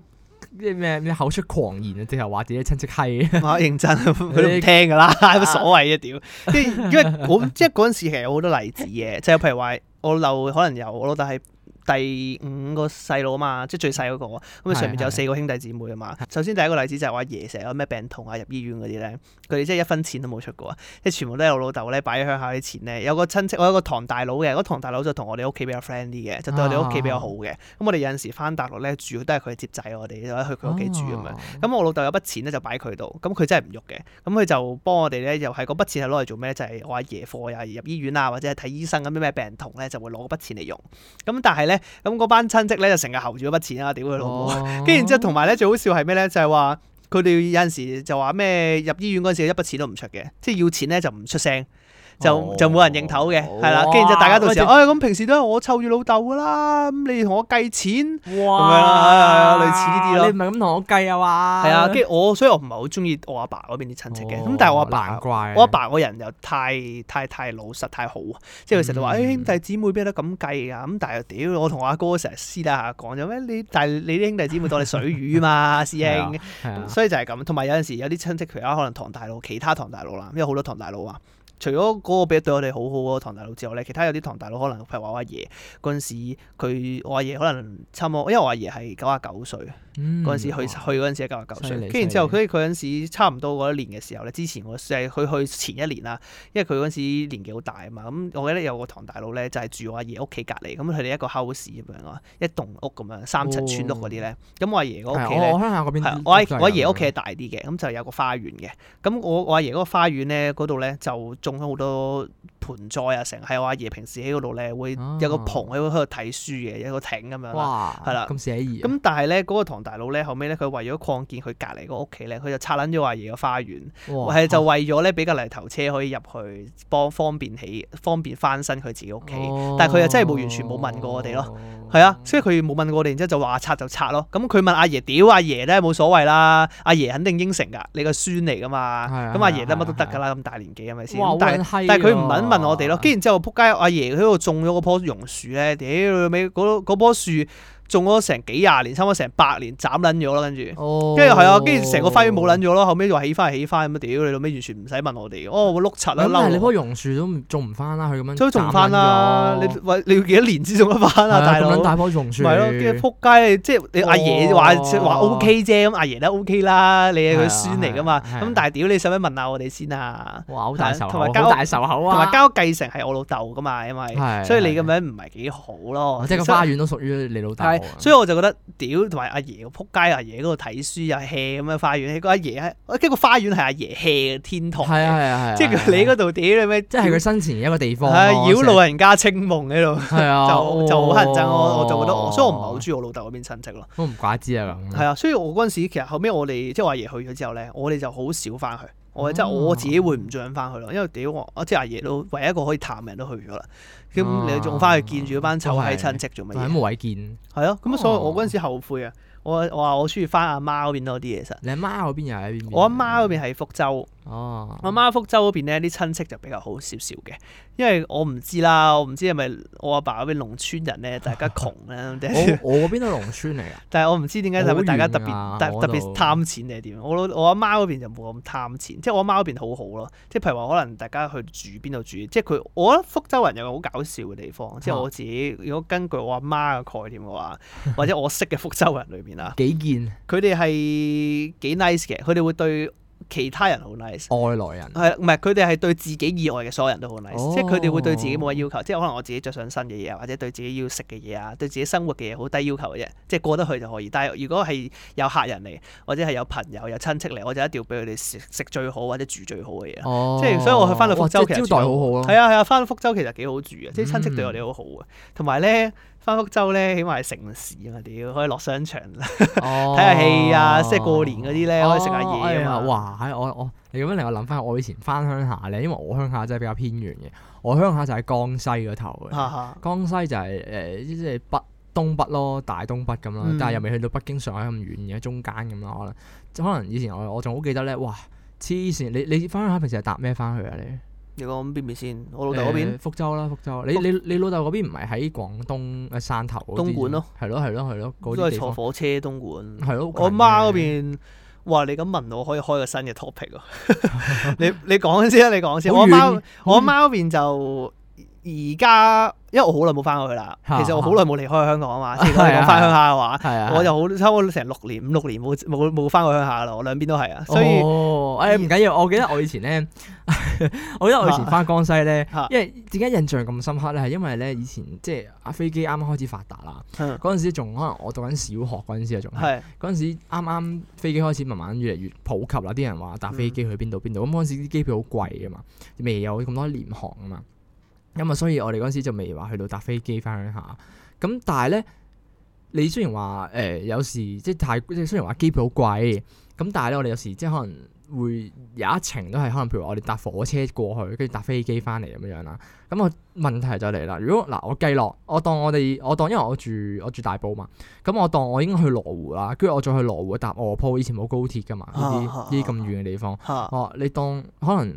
A: 啲咩咩口出狂言啊？直頭話自己親戚閪，
B: 我啊認真，佢都唔聽噶啦， 有乜所謂啊？屌，即係因為我 即係嗰陣時其實有好多例子嘅，即係譬如話我老豆可能有我老豆係第五個細佬啊嘛，即係最細嗰個，咁啊上面就有四個兄弟姊妹啊嘛。首先第一個例子就係我阿爺成日有咩病痛啊入醫院嗰啲咧，佢哋真係一分錢都冇出過啊，即係全部都係我老豆咧擺喺鄉下啲錢咧。有個親戚，我有個堂大佬嘅，嗰堂大佬就同我哋屋企比較 friend 啲嘅，就對我哋屋企比較好嘅。咁我哋有陣時翻大陸咧住都係佢接濟我哋，或者去佢屋企住咁樣。
A: 樣。
B: 咁我老豆有筆錢咧就擺佢度，咁佢真係唔喐嘅，咁佢就幫我哋咧，又係嗰筆錢係攞嚟做咩咧？就係、我阿爺貨又入醫院啊，或者係睇醫生咁啲咩病痛咧，就會攞嗰筆錢嚟用。咁但係咧，咁嗰班親戚咧就成日候住嗰筆錢啊，屌佢老母！
A: 哦
B: 跟住然之後，同埋咧最好笑係咩咧？就係話佢哋有陣時就話咩入醫院嗰陣時一筆錢都唔出嘅，即係要錢咧就唔出聲。就
A: 哦
B: 就冇人認頭嘅，係啦，
A: 哇
B: 跟住就大家到時候，
A: 喂
B: 哎咁平時都係我湊住老豆噶啦，咁你同我計錢，
A: 哇
B: 咁樣啦係啊類似呢啲咯
A: 你唔係咁同我計啊嘛？
B: 係啊，跟住我，所以我唔係好中意我阿爸嗰邊啲親戚嘅。咁、
A: 哦
B: 但係我阿
A: 難
B: 爸，
A: 怪
B: 我阿爸個人又太太太老實太好啊，即係佢成日都話：，誒、
A: 嗯
B: 兄弟姊妹邊有得咁計啊㗎？咁但係又屌，我同我阿哥成日私底下講咗咩？你但係你啲兄弟姊妹當你水魚嘛，師
A: 係啊
B: 兄。
A: 係啊
B: 所以就係咁，同埋有陣時有啲親戚，譬如可能唐大佬，其他唐大佬啦，因為好多唐大佬啊。除咗嗰個比對我哋好好嗰個唐大佬之外咧，其他有啲唐大佬可能譬如話我阿爺嗰陣時，佢我阿爺可能差唔多，因為我阿爺係九啊九歲，嗰陣時去去嗰陣時係九啊
A: 嗯
B: 九
A: 哦犀
B: 歲，
A: 利
B: 跟住然之後，
A: 犀
B: 所以佢嗰陣時差唔多嗰一年嘅時候咧，之前我就係佢去前一年啦，因為佢嗰陣時年紀好大啊嘛，咁我記得有個堂大佬咧就係住我阿爺屋企隔離，咁佢哋一個 house 咁樣啊，一棟屋咁樣三層村屋嗰啲咧，咁我阿爺嗰
A: 係
B: 屋
A: 啊
B: 企
A: 我我
B: 咧。
A: 鄉下嗰邊
B: 係
A: 都
B: 我阿
A: 都係
B: 我阿爺
A: 咁
B: 屋企係大啲嘅，咁就有個花園嘅。咁我我阿爺嗰個花園咧，嗰度咧就種咗好多盆栽啊，成係我阿爺平時喺嗰度咧會有個
A: 啊
B: 棚喺嗰度睇書嘅，有個艇咁樣
A: 樣。
B: 啦。
A: 哇！
B: 係啦
A: 咁寫意啊。
B: 咁但係咧，嗰、個唐大佬咧，後尾咧，佢為咗擴建佢隔離嗰個屋企咧，佢就拆撚咗我阿爺個花園，
A: 哇
B: 係就為咗咧俾個泥頭車可以入去幫方便起方便翻新佢自己屋企。
A: 哦
B: 但係佢又真係冇完全冇問過我哋咯。係啊，所以佢冇問過我哋，然之後就話拆就拆咯。咁佢問阿爺，屌阿爺咧冇所謂啦，阿爺肯定應承㗎，你個孫嚟㗎嘛。
A: 係啊
B: 咁阿爺
A: 係
B: 得
A: 啊
B: 乜都得
A: 係
B: 㗎啦，咁大年紀係咪先？
A: 哇！
B: 咁但係
A: 係
B: 但係佢唔肯問我哋
A: 啊
B: 咯，跟住然之後撲街，阿爺喺度種咗嗰棵榕樹咧，屌你尾嗰嗰棵樹種咗成幾廿年，差唔多成百年斬撚咗啦，跟住。
A: 哦
B: 跟住係啊，跟住成個花園冇撚咗咯，後尾話起翻係起翻咁啊！屌你老尾完全唔使問我哋，哦我碌柒啦
A: 嗯咁但係你
B: 嬲
A: 棵
B: 我，
A: 榕樹都唔種唔翻啦，佢咁樣
B: 所以種唔翻啦！
A: 斬
B: 你
A: 撚咗
B: 喂你要幾多年先種得翻啊，
A: 係
B: 大
A: 咁
B: 佬
A: 撚？大哦棵榕樹，
B: 咪咯，跟住撲街，即係你阿爺話
A: 哇
B: 話 O K 啫，咁阿爺都 O K 啦，你係
A: 係啊
B: 佢孫嚟噶嘛？
A: 係啊係啊
B: 咁但係屌你使唔使問下我哋先啊？
A: 哇！好大仇口，
B: 同埋
A: 好
B: 交
A: 大仇口
B: 同
A: 啊！
B: 埋交繼承係我老豆噶嘛，因為。
A: 係
B: 所以你咁
A: 係
B: 樣唔係幾好咯
A: 哦。即係個花園都屬於你老豆啊。
B: 係，所以我就覺得屌同埋阿爺個撲街阿爺嗰度睇書又 hea 咁樣花園，個阿爺係，跟住個花園係阿爺 hea 嘅天堂，
A: 係啊係啊係啊，
B: 即係佢你
A: 係啊
B: 嗰度屌你咩？
A: 即係佢生前一個地方咯，啊
B: 係
A: 成
B: 擾老人家清夢喺度，
A: 係啊，
B: 就就好乞人憎咯。我就覺得我，所以我唔係好
A: 好
B: 中意我老豆嗰邊親戚咯。
A: 都唔怪之啊咁。
B: 係啊，所以我嗰陣時其實後尾我哋即係我阿爺去咗之後咧，我哋就好少翻去。我即係
A: 哦
B: 我自己會唔想翻去咯，因為屌我，我即係阿爺都唯一一個可以探嘅人都去咗啦，咁
A: 嗯
B: 你仲翻去見住嗰班臭閪親戚做乜
A: 就喺
B: 嘢？
A: 無位見
B: 係咯，咁啊所以我
A: 哦
B: 嗰陣時後悔啊！我我話我中意翻阿媽嗰邊多啲嘢，其實
A: 你阿媽嗰邊又喺邊邊？啊
B: 我阿媽嗰邊係福州，
A: 哦，
B: 我媽福州嗰邊咧啲親戚就比較好少少嘅，因為我唔知啦，我唔知係咪我阿爸嗰邊農村人咧，大家窮 咧，
A: 我我嗰邊都農村嚟噶，
B: 但係我唔知點解係咪大家特
A: 好遠啊
B: 別特
A: 嗰
B: 特
A: 度
B: 別貪錢定係點？我老我阿媽嗰邊就冇咁貪錢，即係我阿媽嗰邊好好咯。即係譬如話，可能大家去住邊度住，即係佢我覺得福州人有個好搞笑嘅地方，即係我自己如果根據我阿媽嘅概念嘅話，或者我識嘅福州人裏邊啊，
A: 幾件
B: 佢哋係幾 nice 嘅，佢哋會對其他人好 nice。
A: 外來人，
B: 係唔係？佢哋係對自己以外嘅所有人都好 nice，、
A: 哦
B: 即係佢哋會對自己冇乜要求，即係可能我自己着上身嘅嘢啊，或者對自己要食嘅嘢啊，對自己生活嘅嘢好低要求嘅啫，即係過得去就可以。但係如果係有客人嚟，或者係有朋友、有親戚嚟，我就一定要俾佢哋食食最好或者住最好嘅嘢啦。
A: 哦，
B: 即係所以我去翻到福州
A: 哇
B: 其
A: 即
B: 實
A: 係招待好好咯，
B: 係啊係啊，翻到福州其實幾好住啊嘅，即係親戚對我
A: 嗯
B: 哋好好嘅。同埋咧，翻福州咧，起碼係城市啊嘛，屌可以落商場
A: 睇
B: 睇下戲
A: 哦
B: 啊即係過年嗰啲咧可以食下嘢啊
A: 哎
B: 嘛
A: 哇！唉我我你咁樣令我諗翻，我以前翻鄉下咧，因為我鄉下真係比較偏遠嘅，我鄉下就喺江西嗰頭嘅。
B: 哈哈
A: 江西就係、誒、即係北東北咯，大東北咁啦，
B: 嗯
A: 但係又未去到北京、上海咁遠嘅，中間咁啦，可能即可能以前我我仲好記得咧，哇！黐線，你你翻鄉下平時係搭咩翻去啊？你
B: 你講邊邊先？我老豆
A: 誒
B: 嗰邊
A: 福州啦，福州。你
B: 福
A: 你你老豆嗰邊唔係喺廣東誒汕頭嗰啲
B: 東莞咯，
A: 係咯係咯係咯嗰
B: 都
A: 啲
B: 係
A: 地
B: 坐
A: 方，
B: 火車東莞。
A: 係咯。
B: 我媽嗰邊，哇！你咁問我可以開個新嘅 topic 喎。 你你講先啦，啊你講先。
A: 好
B: 我媽
A: 遠
B: 我媽嗰邊就而家，因為我好耐冇翻過去啦。其
A: 嚇
B: 實我好耐冇離開香港啊嘛。即係如果你
A: 係啊
B: 講翻鄉下嘅話，
A: 係啊，
B: 我就好差唔多成六年五六年冇冇冇翻過鄉下啦。我兩邊都係啊，所以
A: 哦，誒唔緊要，我記得我以前咧， 我記得我以前翻江西咧
B: 啊，
A: 因為點解印象咁深刻咧？係因為咧以前即係啊飛機啱啱開始發達啦，
B: 嗯
A: 嗰陣時仲可能我讀緊小學嗰陣時啊，仲係
B: 係
A: 嗰陣時啱啱飛機開始慢慢越嚟越普及啦，啲人話搭飛機去邊度
B: 嗯
A: 邊度，咁嗰陣時啲機票好貴啊噶嘛，未有咁多廉航啊嘛，咁啊所以我哋嗰陣時就未話去到搭飛機翻鄉下，咁但係咧。你雖然話誒、呃有時即係太即係雖然話機票好貴，咁但係咧我哋有時即係可能會有一程都係可能譬如我哋搭火車過去，跟住搭飛機翻嚟咁樣樣啦。咁我問題就嚟啦，如果嗱我計落，我當我
B: 嗯
A: 哋我當因為我住我住大埔嘛，咁我當我應該去羅湖啦，跟住我再去羅湖搭卧鋪，以前冇高鐵噶嘛，呢啲
B: 啊啊
A: 呢啲咁遠嘅地方。
B: 嚇
A: 哦，你當可能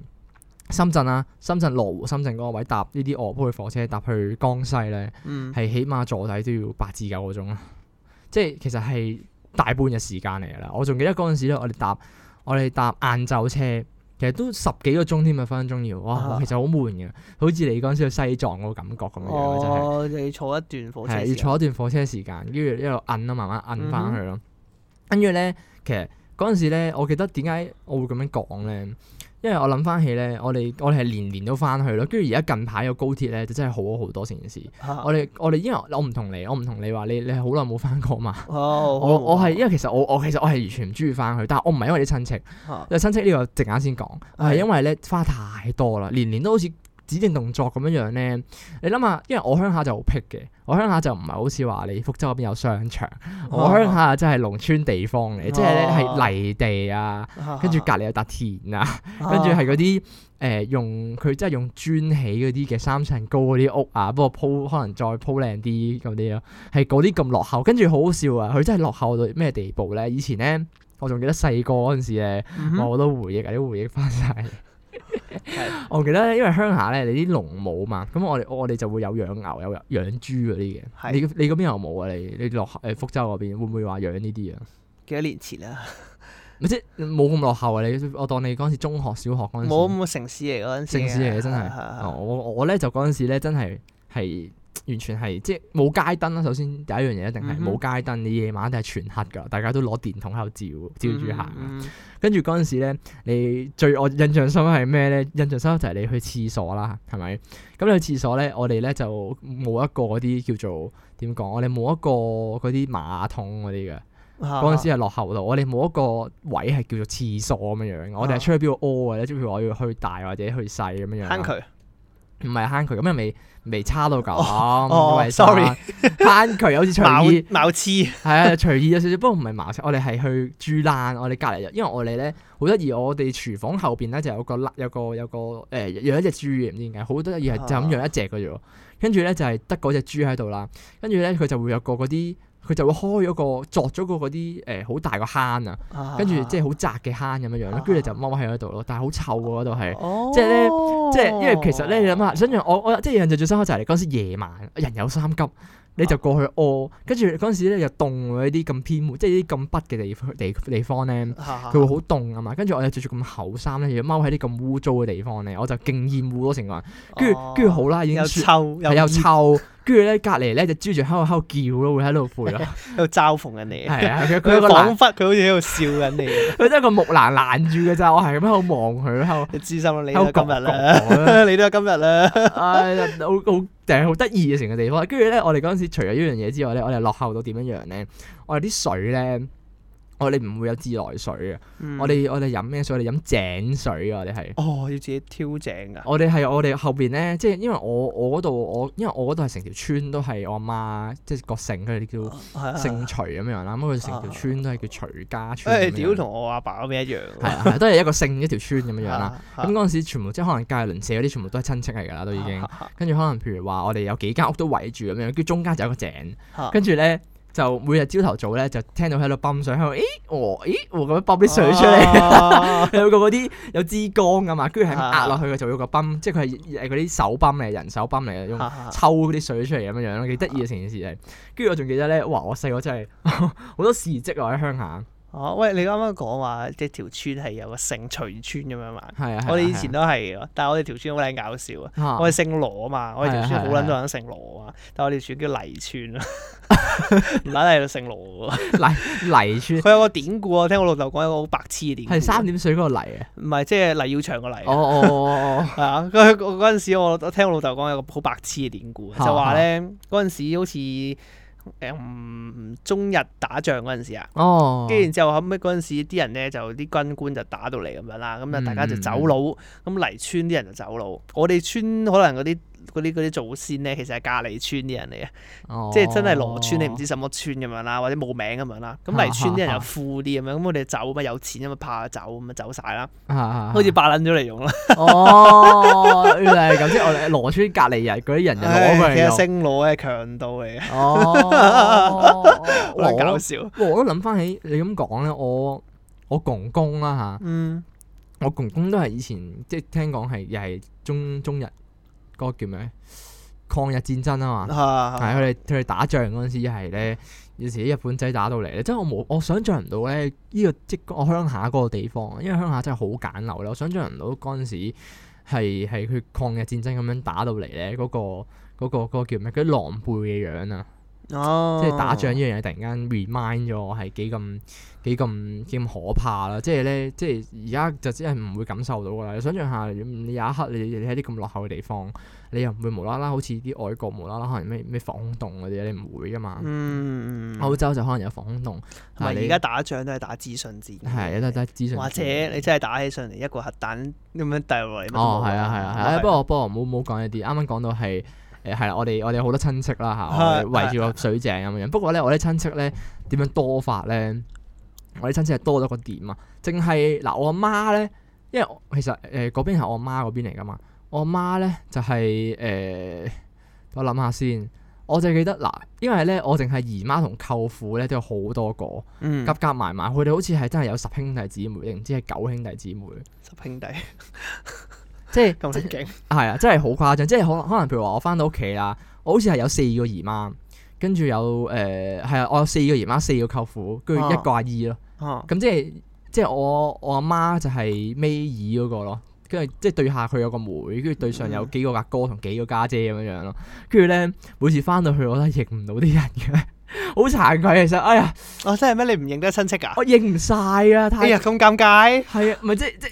A: 深圳啦、深圳羅湖、深圳嗰個位搭呢啲卧鋪嘅火車搭去江西咧。
B: 嗯
A: 係起碼坐底都要八至九個鐘啦，啊 即係其實係大半嘅時間嚟㗎啦。我仲記得嗰陣時咧，我哋搭我哋搭晏晝車，其實都十幾個鐘添啊，分分鐘要，哇
B: 啊！
A: 其實好悶嘅，好似你嗰陣時去西藏嗰個感覺咁樣樣，真係
B: 哦，你坐一段火車
A: 係
B: 時
A: 要
B: 間
A: 坐一段火車時間，跟住一路摁啊啦，慢慢摁翻去咯。
B: 嗯
A: 跟住咧，其實嗰陣時咧，我記得點解我會咁樣講咧？因為我諗翻起咧，我哋我哋係年年都翻去咯，跟住而家近排有高鐵咧，就真係好咗好多成件事。
B: 嚇
A: 我哋我哋因為我唔同你，我唔同你話你你係好耐冇翻過嘛。
B: 哦
A: 我我係
B: 一
A: 因為其實我我其實我係完全唔中意翻去，但係我唔係因為啲親戚，有親戚呢個陣間先講，我係
B: 係
A: 因為咧花太多啦，年年都好似指定動作咁樣樣咧。你諗下，因為我鄉下就好僻嘅，我鄉下就唔係好似話你福州嗰邊有商場，
B: 哦
A: 我鄉下真係農村地方嚟，即係咧係泥地啊，跟住隔離有笪田啊。
B: 哦
A: 跟住係嗰啲誒用佢真係用磚起嗰啲嘅三層高嗰啲屋啊，不過鋪可能再鋪靚啲嗰啲咯，係嗰啲咁落後，跟住好好笑啊！佢真係落後到咩地步咧？以前咧，我仲記得細個嗰陣時咧，
B: 嗯
A: 我
B: 哼
A: 好多回憶啊，啲回憶翻晒。 我記得咧，因為鄉下咧，你啲農務嘛，咁我哋我哋就會有養牛、有養豬嗰啲嘅。
B: 係
A: 你你嗰邊有冇啊？你你落誒福州嗰邊會唔會話養呢啲啊？
B: 幾多年前啊啦。
A: 咪即係冇咁落後啊！你我當你嗰陣時中學、小學嗰陣時。
B: 冇咁城市嚟嗰陣時啊
A: 城市嚟嘅真係。哦
B: 係
A: 我我咧就嗰陣時咧真係係完全係即係冇街燈啦。首先第一樣嘢一定係
B: 嗯
A: 冇
B: 哼
A: 街燈，你夜晚一定係全黑㗎，大家都攞電筒喺度照照住行。啊
B: 嗯嗯
A: 跟住嗰陣時咧，你最我印象深刻係咩咧？印象深刻就係你去廁所啦，係咪？咁你去廁所咧，我哋咧就冇一個嗰啲叫做點講，我哋冇一個嗰啲馬桶嗰啲嘅。
B: 嗯
A: 嗰陣時係落後度，我哋冇一個位係叫做廁所咁樣樣嘅。我
B: 啊
A: 哋係出去邊度屙嘅咧？即係譬如我要去大或者去細咁樣樣啦。
B: 坑渠
A: 唔係坑渠，咁又未未差到咁。
B: 哦
A: 因為
B: sorry
A: 坑渠好似
B: 貌
A: 隨意，
B: 貌似
A: 係啊，隨意咗少少。不過唔係茅廁，我哋係去豬欄，我哋隔離，因為我哋咧好得意，我哋廚房後邊咧就有個欄有個有個誒養一隻豬嘅，唔知點解好得
B: 啊
A: 意係就咁養一隻嘅啫喎。跟住咧就係得嗰只豬喺度啦，跟住咧佢就會有個嗰啲佢就會開咗個鑿咗個嗰啲誒好大個坑啊， 跟住即係好窄嘅坑咁樣樣啦，
B: 啊
A: 跟住你就踎喺嗰度咯，但係好臭喎嗰度係。
B: 係
A: 即係咧
B: 哦
A: 即係因為其實咧，你諗下，想像我我即係印象最深刻就係你嗰陣時夜晚，啊人有三急，
B: 啊
A: 你就過去屙，跟住嗰陣時咧又凍喎，呢啲咁偏門，即係呢啲咁北嘅地方 地地方咧，佢會
B: 佢
A: 好凍啊嘛。跟住我又着住咁厚衫咧，要踎喺啲咁污糟嘅地方咧，我就勁厭惡咯成個人。跟住跟住好啦，已經
B: 哦又
A: 雪
B: 臭
A: 係
B: 又
A: 又臭，跟住咧隔離咧只豬住喺度喺度叫咯，會喺度 吠咯，
B: 熱 又嘲諷人哋，
A: 係啊，佢佢有
B: 佢
A: 個欄，
B: 彷彿佢好似喺度笑緊你，
A: 佢真係個木欄攔住嘅咋，我係咁喺度望佢喺度。
B: 你知心啦，你
A: 喺
B: 都
A: 度
B: 係今日啊啦，
A: 講講啦
B: 你都係今日啦，
A: 唉，好好定好得意嘅成個地方。跟住咧，我哋嗰陣時除咗呢樣嘢之外咧，我哋落後到點樣樣咧？我哋啲水咧，我哋唔會有自來水嘅。啊嗯我哋我哋飲咩水？我哋飲井水嘅。啊我哋係，
B: 嗯哦要自己挑啊井㗎，
A: 我哋係我哋後邊咧，即係因為我我嗰度我因為我嗰度係成條村都係我阿媽，即係個姓佢哋叫姓
B: 哦係啊
A: 徐咁樣啦。咁佢成條村都係叫徐家村咁
B: 誒
A: 樣。
B: 屌同我阿爸嗰邊一樣喎，
A: 係啊，係啊都係一個姓一條村咁樣樣啦。
B: 啊，
A: 咁嗰陣時全部即係可能隔離鄰舍嗰啲全部都係親戚嚟㗎啦，都已經。跟住可能譬如話我哋有幾間屋都圍住咁樣，跟住中間就有一個井，
B: 嚇
A: 跟住咧就每日朝頭早咧就聽到喺度泵水，喺度咦哦咦哦咁樣泵啲水出
B: 啊
A: 嚟。
B: 嚟。
A: 有個嗰啲有支缸噶嘛，跟住係咁
B: 啊
A: 壓落去嘅就會有個泵，即係佢係誒嗰啲手泵嚟，人手泵嚟嘅，用抽嗰啲水出嚟咁樣樣咯，幾得意嘅成件事係。跟住我仲記得咧，哇！我細個真係 好多事蹟啊喺鄉下，
B: 哦，喂，你啱啱講話即係條村係有個姓徐村咁樣嘛？
A: 係啊，係啊
B: 我哋以前都係嘅，但係我哋條村好撚搞笑啊！
A: 係啊
B: 我哋姓羅啊嘛，我哋條村
A: 係啊
B: 好
A: 係啊
B: 撚多人姓羅啊嘛，但係我哋條村叫黎村啊， 唔撚係姓羅喎。
A: 泥村
B: 佢有個典故啊，我聽我老豆講一個好白痴嘅典故。啊
A: 係三點水嗰個泥啊，
B: 唔係即係黎耀祥個 黎
A: 哦
B: 啊。
A: 哦哦
B: 係啊，佢嗰嗰陣時我我聽我老豆講有個好白痴嘅典故，啊就
A: 嚇
B: 話咧嗰陣時好似誒嗯中日打仗嗰陣時啊。
A: 哦哦，
B: 跟住然之後後尾嗰陣時，啲人咧就啲軍官就打到嚟咁樣啦，咁啊
A: 嗯
B: 大家就走佬，咁黎村啲人就走佬。我哋村可能嗰啲嗰啲嗰啲祖先咧，其實係隔離村啲人嚟嘅，
A: 哦
B: 即係真係羅村，你唔知什麼村咁樣啦，或者冇名咁樣啦。咁黎村啲人又富啲咁樣，咁我哋走嘛，有錢啊嘛，怕走咁啊走晒啦，
A: 好
B: 好似霸撚咗嚟用啦。
A: 哦，原來係咁，即係我哋羅村隔離人嗰啲 人就攞佢
B: 唉其
A: 嚟
B: 實
A: 用。
B: 姓羅嘅強盜嚟嘅，
A: 哦，
B: 好撚搞
A: 我
B: 笑。
A: 我都諗翻起你咁講咧，我我公公啦
B: 嗯，
A: 嚇，我公公都係以前即係聽講係又係中中日嗰個叫咩抗日戰爭啊嘛，
B: 係
A: 係佢哋佢哋打仗嗰陣時一係咧。有時啲日本仔打到嚟咧，即係我冇我想象唔到咧，呢、個即係我鄉下嗰個地方，啊因為鄉下真係好簡陋啦，我想象唔到嗰陣時係係佢抗日戰爭咁樣打到嚟咧，嗰、個嗰、個嗰、個叫咩？嗰啲狼狽嘅樣啊，
B: 哦
A: 即係打仗呢樣嘢突然間 remind 咗我係幾咁幾咁幾咁可怕啦！即係咧，即係而家就真係唔會感受到噶啦。你想象下，你有一刻你你喺啲咁落後嘅地方，你又唔會無啦啦好似啲外國無啦啦可能咩咩防空洞嗰啲，你唔會噶嘛。
B: 嗯，
A: 歐洲就可能有防空洞，
B: 同
A: 但
B: 埋
A: 係
B: 而
A: 你
B: 家打仗都係打資訊戰，
A: 係都係得資訊
B: 或者
A: 戰
B: 你真係打起上嚟一個核彈咁樣掉落嚟乜都冇，
A: 哦係啊係啊係啊，不過不過唔好唔好講呢啲，啱啱講到係誒係啦，我哋我哋好多親戚啦嚇，
B: 係
A: 我哋圍住個水井咁樣。不過咧，我啲親戚咧點樣多法咧？我啲親戚係多咗個點啊！淨係嗱，我阿媽咧，因為我其實誒嗰邊係我阿媽嗰邊嚟噶嘛，我阿媽咧就係誒，等我諗下先。我就記得嗱，因為咧，我淨係姨媽同舅父咧都有好多個，
B: 嗯
A: 夾夾埋埋，佢哋好似係真係有十兄弟姊妹，定唔知係九兄弟姊妹，
B: 十兄弟
A: 即係
B: 咁 撚勁，
A: 係啊，真係好誇張，即係可能可能譬如話我翻到屋企啦，我好似係有四個姨媽，跟住有誒係啊，我有四個姨媽，四個舅父，跟住一個阿姨咯。
B: 哦
A: 咁即係即係我我阿媽就係尾二嗰個咯，跟住即係對下佢有個妹，跟住對上
B: 嗯
A: 有幾個阿哥同幾個家姐咁樣樣咯。跟住咧每次翻到去我都係認唔到啲人嘅，好慚愧其實。哎呀，
B: 哦真係咩？你唔認得親戚㗎？
A: 我認唔晒啊，
B: 哎
A: 太
B: 呀咁尷尬，
A: 係啊，唔係即即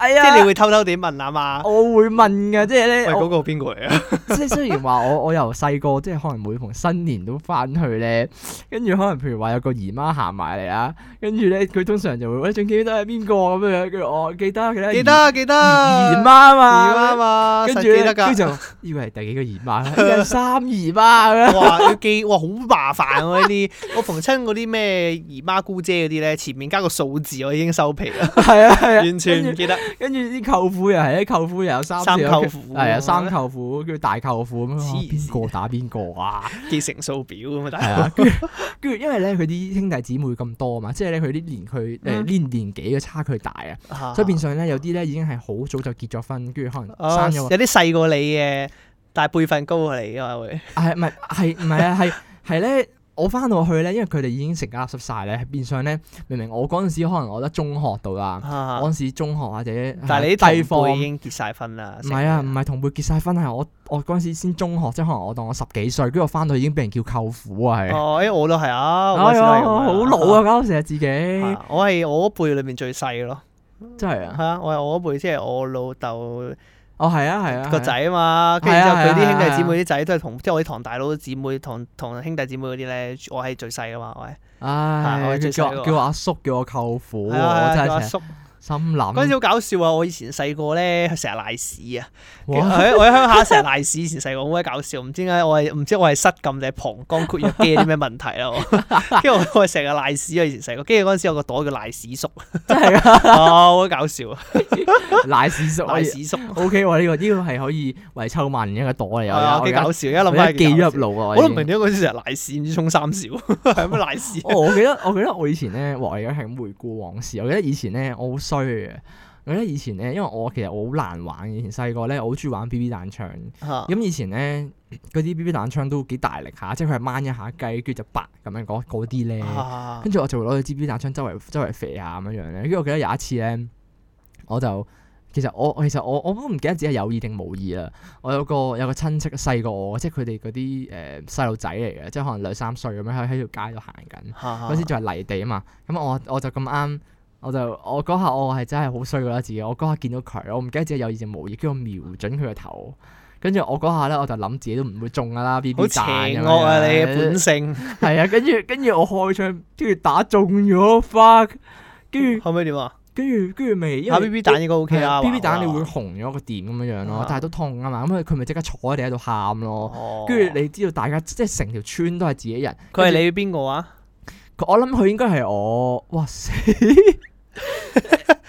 A: 哎
B: 即係
A: 呀
B: 你，會偷偷地問啊嘛？
A: 我會問㗎，即係
B: 喂，
A: 咧我
B: 嗰個邊個嚟啊？
A: 即係雖然話我 我由細個即係可能每逢新年都翻去咧，跟住可能譬如話有個姨媽行埋嚟啊，跟住咧佢通常就會喂仲記得係邊個咁樣，跟住我記得記得
B: 記得記得
A: 哎姨姨媽
B: 姨
A: 嘛，
B: 媽嘛，
A: 跟
B: 實
A: 住
B: 記
A: 咧
B: 得
A: 跟住
B: 㗎。
A: 就以為係第幾個姨媽啦，應該係三姨媽咁樣。
B: 哇！要記哇好麻煩喎呢啲， 我逢親嗰啲咩姨媽姑姐嗰啲咧，前面加個數字我已經收皮啦，
A: 係啊係啊，
B: 完全
A: 跟
B: 唔
A: 住
B: 記得。
A: 跟住啲舅父又係啲舅父又有三
B: 三
A: 四個
B: 舅父
A: 係啊，三舅父，跟住大舅父咁樣啊，
B: 黐線
A: 邊個打邊個啊？
B: 記成數表咁啊，大
A: 係
B: 佬
A: 啊，跟住跟住，因為咧佢啲兄弟姊妹咁多嘛，即係咧佢啲年佢誒
B: 嗯
A: 年年紀嘅差距大啊，
B: 啊
A: 所以變相咧有啲咧已經係好早就結咗婚，跟住可能
B: 哦
A: 生咗
B: 有
A: 個，
B: 啲細過你嘅，但係輩份高過你嘅嘛會。
A: 啊係唔係係唔係啊？係係咧。我翻到去咧，因為佢哋已經成家立室晒咧，變相咧，明明我嗰陣時可能我覺得中學度啦，
B: 啊
A: 我嗰陣時中學或者
B: 但係
A: 係
B: 你啲
A: 低
B: 同輩
A: 方
B: 已經結晒婚啦。
A: 唔係啊，唔係同輩結晒婚，係我我嗰陣時先中學，即係可能我當我十幾歲，跟住我翻到已經俾人叫舅父啊，係。
B: 哦，誒我都係啊，我
A: 哎呀，好
B: 嗰時都係咁樣
A: 老啊，搞到成日自己，真
B: 啊！我係我嗰輩裏面最細咯，
A: 係啊！
B: 係啊，我係我嗰輩，即係我老豆
A: 哦，係啊，係啊，
B: 個
A: 係啊，
B: 仔啊嘛，跟住
A: 係啊
B: 之後佢
A: 係啊
B: 啲兄
A: 係啊
B: 弟姊妹啲仔都係同，即係我啲堂大佬啲姊妹堂堂兄弟姊妹嗰啲咧，我係最細噶嘛，我係啊我
A: 唉，叫
B: 係最細嗰
A: 叫
B: 個
A: 叫我阿叔，叫我舅父，我
B: 係啊，
A: 真
B: 係啊
A: 係成
B: 阿
A: 日心
B: 叔嗰陣時
A: 諗，
B: 好搞笑啊！我以前細個咧，成日賴屎啊，我
A: 哇
B: 喺我喺鄉下成日賴屎，以前細個好鬼搞笑，唔知點解我係唔知我係失禁定係膀胱括約肌有啲咩問題啦， 我跟住我係成日賴屎啊！以前細個，跟住嗰陣時有個袋叫賴屎叔，
A: 真係啊，
B: 啊好鬼搞 笑啊！
A: 賴屎叔
B: 賴屎叔。
A: ，O K 喎，呢個呢個係可以為秋萬一個朵嚟，
B: 係
A: 有
B: 啊，
A: 有，
B: 幾搞笑，而家
A: 我
B: 諗
A: 而家
B: 翻
A: 記咗入腦啊，
B: 我
A: 已
B: 都唔
A: 經
B: 明點解嗰時成日賴屎，唔知沖三少， 係咩賴屎？
A: 哦，我記得我記得我以前咧，哇！我而家係咁回顧往事。我記得以前咧，我好衰嘅。我記得以前咧，因為我其實我好難玩嘅。以前細個咧，我好中意玩 B B 彈槍。
B: 嚇
A: 咁以前咧，嗰啲 B B 彈槍都幾大力下，即係佢係掹一下雞，跟住就白咁樣嗰嗰啲咧。
B: 啊
A: 跟住我就會攞支 B B 彈槍周圍周圍射下咁樣樣咧。跟住我記得有一次咧，我就其實我其實我我都唔記得自己係有意定無意啦。我有個有個親戚細過我，即係佢哋嗰啲誒細路仔嚟嘅，即係可能兩三歲咁樣喺喺條街度行緊。嗰時
B: 嚇
A: 仲係泥地啊嘛，咁我我就咁啱，我就我嗰下我係真係好衰噶啦自己，我嗰下見到佢，我唔記得自己有意定無意，跟住我瞄準佢個頭，跟住我嗰下咧我就諗自己都唔會中噶啦，B B
B: 好
A: 彈咁
B: 邪
A: 樣
B: 惡啊！你嘅本性
A: 係啊，跟住跟住我開槍，跟住打中咗，fuck，跟住
B: 後尾點啊？
A: 跟住跟住未，因為
B: 打
A: 啊
B: B B 彈應該啊 O K 啦
A: B B 彈你會紅咗個點咁樣樣咯
B: 啊，
A: 但係都痛啊嘛，咁佢佢咪即刻坐喺地喺度喊咯，
B: 哦
A: 跟住你知道大家即係成條村都係自己人，
B: 佢係你邊個啊？
A: 佢我諗佢應該係我，哇死！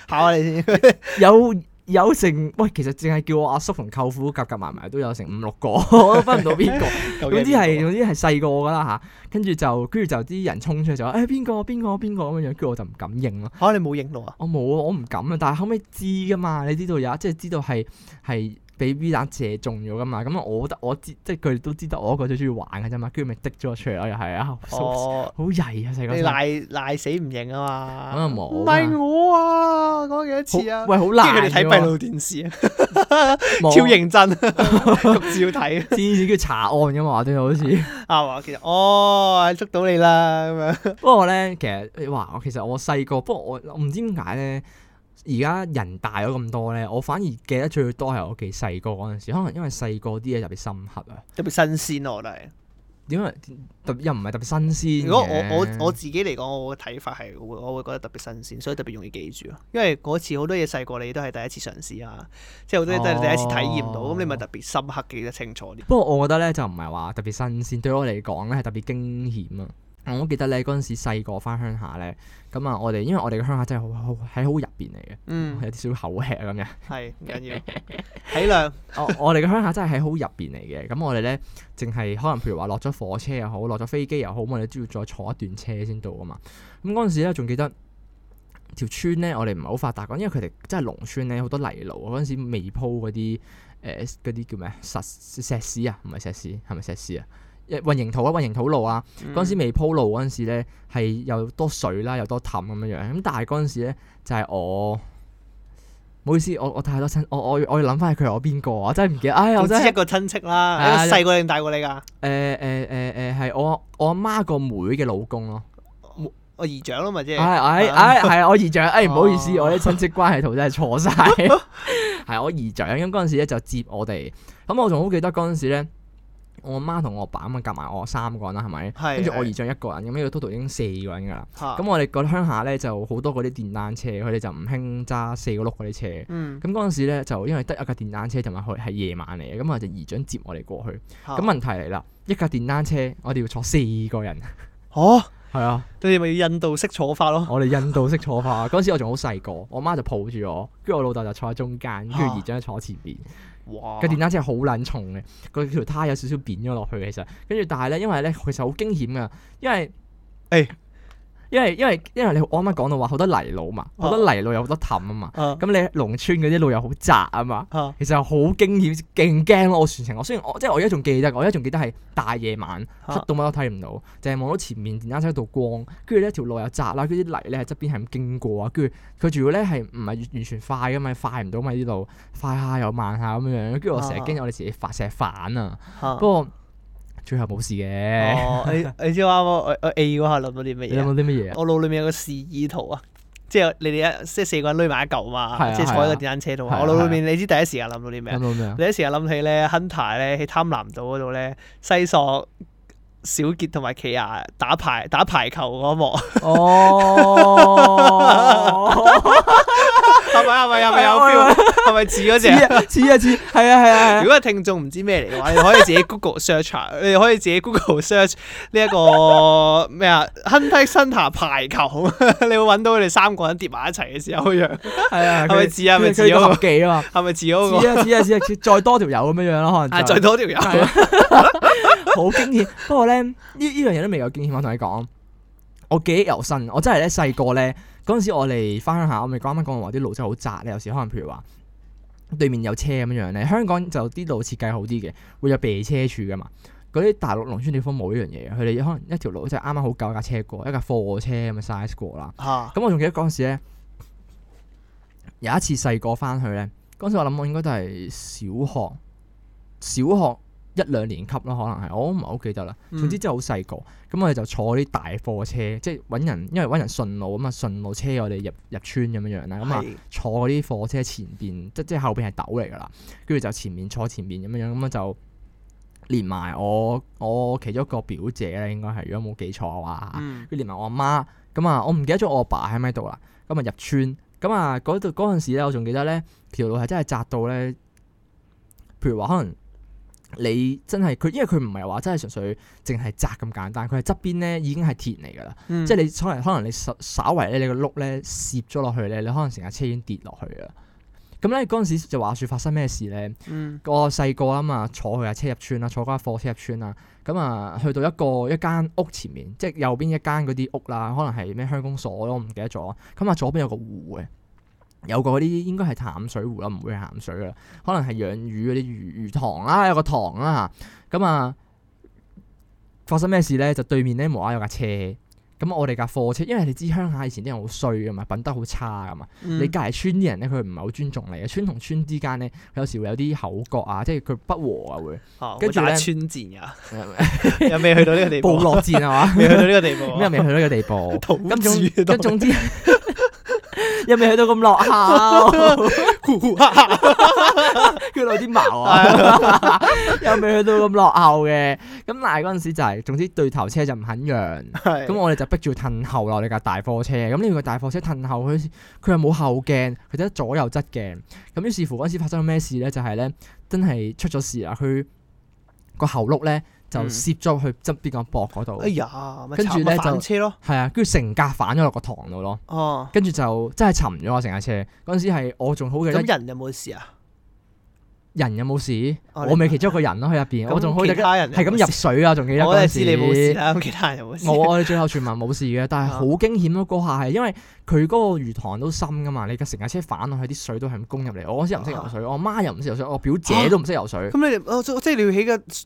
B: 考下你先，
A: 有有成喂，其實淨係叫我阿叔同舅父夾夾埋埋都有成五六個，我都分唔到邊 個。
B: 究
A: 總
B: 竟
A: 之係
B: 邊個
A: 總之係細個㗎啦吓，跟住就跟住就啲人衝出嚟就話誒哎邊個邊個邊個咁樣樣，跟住我就唔敢認咯。
B: 嚇你冇認 到啊？
A: 我冇啊，我唔敢啊。但係後尾知㗎嘛，你知道有即係知道係係俾 V 彈射中咗㗎嘛。咁啊我覺得我知即係佢哋都知道我一個最中意玩㗎啫嘛，跟住咪滴咗我出嚟咯，又係啊，好
B: 哦，
A: 好曳啊細個
B: 你
A: 真係。
B: 賴賴死唔認啊
A: 咁
B: 嘛？
A: 又冇啊。
B: 唔係我啊，講幾多次啊
A: 好？喂，好
B: 跟
A: 難
B: 住佢哋睇
A: 㗎
B: 閉
A: 喎
B: 路電視啊，
A: 冇啊
B: 超認真，啊 咁照睇。
A: 知唔知叫查案㗎嘛？我哋好似。
B: 啱啊，其實哦，捉到你啦咁樣，
A: 不過咧，其實你話我其實我細個，不過我我唔知點解咧，而家人大咗咁多咧，我反而記得最多係我記細個嗰陣時，可能因為細個啲嘢特別深刻啊。
B: 特別新鮮咯，我覺得係。
A: 點解特別又唔係特別新鮮嘅？
B: 如果我我我自己嚟講，我嘅睇法係會，我會覺得特別新鮮，所以特別容易記住咯。啊因為嗰次好多嘢細個你都係第一次嘗試啊，即係好多嘢都係第一次體驗到，咁、
A: 哦
B: 你咪特別深刻記得清楚啲。
A: 不過我覺得咧就唔係話特別新鮮，對我嚟講咧係特別驚險啊！我好記得咧嗰陣時細個翻鄉下咧，咁啊我哋因為我哋嘅鄉下真係好好喺好入邊嚟嘅，
B: 嗯，
A: 有啲少口吃啊咁樣。
B: 係唔緊要，體諒
A: 我我哋嘅鄉下真係喺好入邊嚟嘅，咁我哋咧淨係可能譬如話落咗火車又好，落咗飛機又好，我哋都要再坐一段車先到啊嘛。咁嗰陣時咧，仲記得條村咧，我哋唔係好發達講，因為佢哋真係農村咧，好多泥路。嗰陣時未鋪嗰啲誒嗰啲叫咩石石屎啊，唔係石屎，係咪石屎啊？一混凝土啊，混凝土路啊，嗰陣時未鋪路嗰陣時咧，係又多水啦，又多氹咁樣樣。咁但係嗰陣時咧，就係、我。唔好意思，我我太多親，我我要我要諗翻佢係我邊個啊！我真係唔記得，哎呀，我
B: 總
A: 真
B: 之
A: 係
B: 一個親戚
A: 係啊
B: 啦，一個細過你定大過你㗎？
A: 誒誒誒誒係我我阿媽個妹嘅老公咯，
B: 我姨丈咯，咪即
A: 係
B: 係
A: 係
B: 啊
A: 係係我姨 丈，誒唔好意思，
B: 哦
A: 我啲親戚關係圖真係錯 晒，係我姨丈咁嗰陣時咧就接我哋，咁我仲好記得嗰陣時咧，我阿媽同我阿爸咁啊夾埋我三個人啦，係咪？
B: 係
A: 跟住我
B: 係啊
A: 姨丈一個人，咁呢個 total 已經四個人㗎啦。
B: 嚇
A: 咁我哋個鄉下咧就好多嗰啲電單車，佢哋就唔興揸四個轆嗰啲車。
B: 嗯
A: 咁嗰陣時咧就因為得一架電單車同埋佢係夜晚嚟嘅，咁我就姨丈接我哋過去。
B: 嚇
A: 咁問題嚟啦，一架電單車我哋要坐四個人，
B: 哦，
A: 係啊，
B: 你咪印度式坐法咯。
A: 我哋印度式坐法，啊 嗰陣時我仲好細個，我媽就抱住我，跟住我老豆就坐喺中間，跟住姨丈就坐喺前邊。
B: 哇！
A: 個電單車好撚重嘅，個條胎有少少扁咗落去，其實跟住但係咧，因為咧其實好驚險噶，因為
B: 誒
A: 因為因為因為你我啱啱講到話好多泥路嘛，好多泥路有好多氹啊嘛，
B: 啊
A: 咁你喺農村嗰啲路又好窄啊嘛，
B: 啊
A: 其實好驚險，勁驚咯！我全程我雖然我即係我而家仲記得，我而家仲記得係大夜晚黑
B: 啊
A: 到乜都睇唔到，淨係望到前面電單車道光，跟住呢條路又窄啦，跟住啲泥咧喺側邊係咁經過啊，跟住佢仲要咧係唔係完完全快噶嘛，快唔到嘛呢度，快下又慢下咁樣，跟住我成日
B: 啊
A: 驚我哋自己發石反啊，
B: 啊
A: 不過最後冇事嘅。
B: 哦，你你知唔知啱啱我我 A 嗰下諗到啲
A: 你
B: 乜
A: 有
B: 嘢啊？
A: 冇啲乜嘢啊？
B: 我腦裏面有個示意圖啊，即係你哋一即係四個人攏埋一嚿
A: 係
B: 嘛，
A: 啊
B: 即係坐喺個電單車度
A: 係
B: 啊。
A: 啊
B: 我腦裏面你知第一時間諗到啲咩
A: 諗
B: 啊？
A: 到咩啊？
B: 第一時間諗起咧，Hunter 咧喺貪婪島嗰度咧，西索、小傑同埋奇亞打排打排球嗰一幕，
A: 哦，
B: 係咪係 咪係咪有 feel？係咪似嗰
A: 啊似
B: 只？
A: 啊似啊似，係啊係啊係啊
B: 如。果聽眾唔知咩嚟嘅話，你可以自己 Google search 下，你可以自己 Google search 呢一個咩啊，Hunter Hunter 排球， 你會揾到佢哋三個人疊埋一齊嘅時候嘅樣，
A: 係啊，
B: 係咪
A: 佢
B: 字啊咪
A: 佢
B: 字
A: 佢個
B: 嗰個
A: 合技啊嘛，
B: 係咪似嗰個
A: 知？啊知啊知啊， 再多條友咁樣樣咯，可
B: 啊，
A: 能
B: 再多條友，
A: 係啊 好驚險。不過咧，呢呢樣嘢都未有驚險，我同你講，我記憶猶新。我真係咧細個咧嗰陣時，我哋翻鄉下，我咪啱啱講話啲路真係好窄咧。有時可能譬如話對面有車咁樣樣咧，香港就啲路設計好啲嘅，會有避車處噶嘛。嗰啲大陸農村地方冇呢樣嘢嘅，佢哋可能一條路就係啱啱好夠一架車過，一架貨車咁嘅 size 過啦。
B: 嚇
A: 咁我仲記得嗰陣時咧，有一次細個翻去咧，嗰陣時我諗我應該都係小學，小學一兩年級啦，可能係我都唔係好記得啦。
B: 嗯
A: 總之真係好細個，咁我哋就坐啲大貨車，即係揾人，因為揾人順路咁啊，順路車我哋入入村咁樣樣啦，咁啊
B: 係
A: 坐嗰啲貨車前邊，即即係後邊係斗嚟噶啦，跟住就前面坐前面咁樣樣，咁啊就連埋我我其中一個表姐咧，應該係如果冇記錯嘅話。
B: 嗯
A: 佢連埋我阿媽，咁啊，我唔記得咗我阿爸喺咪度啦，咁啊入村，咁啊嗰度嗰陣時咧，我仲記得咧條路係真係窄到咧，譬如話可能你真係佢，因為佢唔係話真係純粹淨係窄咁簡單，佢係側邊咧已經係鐵嚟㗎啦，
B: 嗯
A: 即係你可能可能你稍稍為咧你個碌咧攝咗落去咧，你可能成架車已經跌落去㗎啦。咁咧嗰陣時就話説發生咩事咧？
B: 嗯
A: 我細個啊嘛，坐佢架車入村啦，坐嗰架貨車入村啦，咁啊去到一個一間屋前面，即係右邊一間嗰啲屋啦，可能係咩鄉公所咯，我唔記得咗。咁啊左邊有個湖嘅，有個嗰啲應該係淡水湖啦，唔會係鹹水噶啦，可能係養魚嗰啲魚魚塘啦，有個塘啦嚇。咁啊發生咩事咧？就對面咧無啦啦有架車，咁我哋架貨車，因為你知鄉下以前啲人好衰啊噶嘛，品德好差啊噶嘛。你
B: 嗯
A: 隔離村啲人咧，佢唔係好尊重你嘅。村同村之間咧，有時會有啲口角啊，即係佢不和啊， 會跟
B: 跟
A: 住
B: 住
A: 呢
B: 嗯打穿戰噶，又未去到呢個 地
A: 部
B: 步，
A: 落戰啊 嘛，
B: 未去到呢個地步
A: 咁又
B: 啊，
A: 未去到呢個地步。
B: 土
A: 咁總
B: 著
A: 咁
B: 都
A: 總之，又未去到咁落後，
B: 呼呼哈哈
A: 佢攞啲矛啊， 又未去到咁落後嘅。咁但係嗰陣時就係、總之對頭車就唔肯讓。
B: 係
A: 咁我哋就逼住褪後啦，你架大貨車。咁呢個大貨車褪後，佢佢又冇後鏡，佢得左右側鏡。咁於是乎嗰陣時發生咗咩事咧？就係、咧，真係出咗事啦！佢個後轆咧就
B: 嗯
A: 攝咗去側邊個膊嗰度，
B: 哎呀，咪
A: 跟住
B: 慘啊
A: 呢就
B: 反車咯，
A: 係啊，跟住成架反咗落個塘度咯。
B: 哦，
A: 跟住就真係沉咗啊！成架車嗰陣時係我仲好記得
B: 咁人有冇事啊？
A: 人有冇事，
B: 哦
A: 我咪其中一個人咯喺入邊，我仲好記得
B: 咁其他人有
A: 係咁
B: 冇
A: 入
B: 事，
A: 水啊！仲記得
B: 我
A: 嗰
B: 都
A: 陣
B: 係知你冇
A: 時
B: 事啦，咁其他人有冇事？
A: 冇， 我哋啊最後傳聞冇事嘅，但係好驚險咯！嗰下係因為佢嗰個魚塘都深噶嘛，你架成架車反落去，啲水都係咁攻入嚟。我嗰時又唔識游水，我媽又唔識游水，我表姐都唔識游水。
B: 咁你哋哦即即係你要起個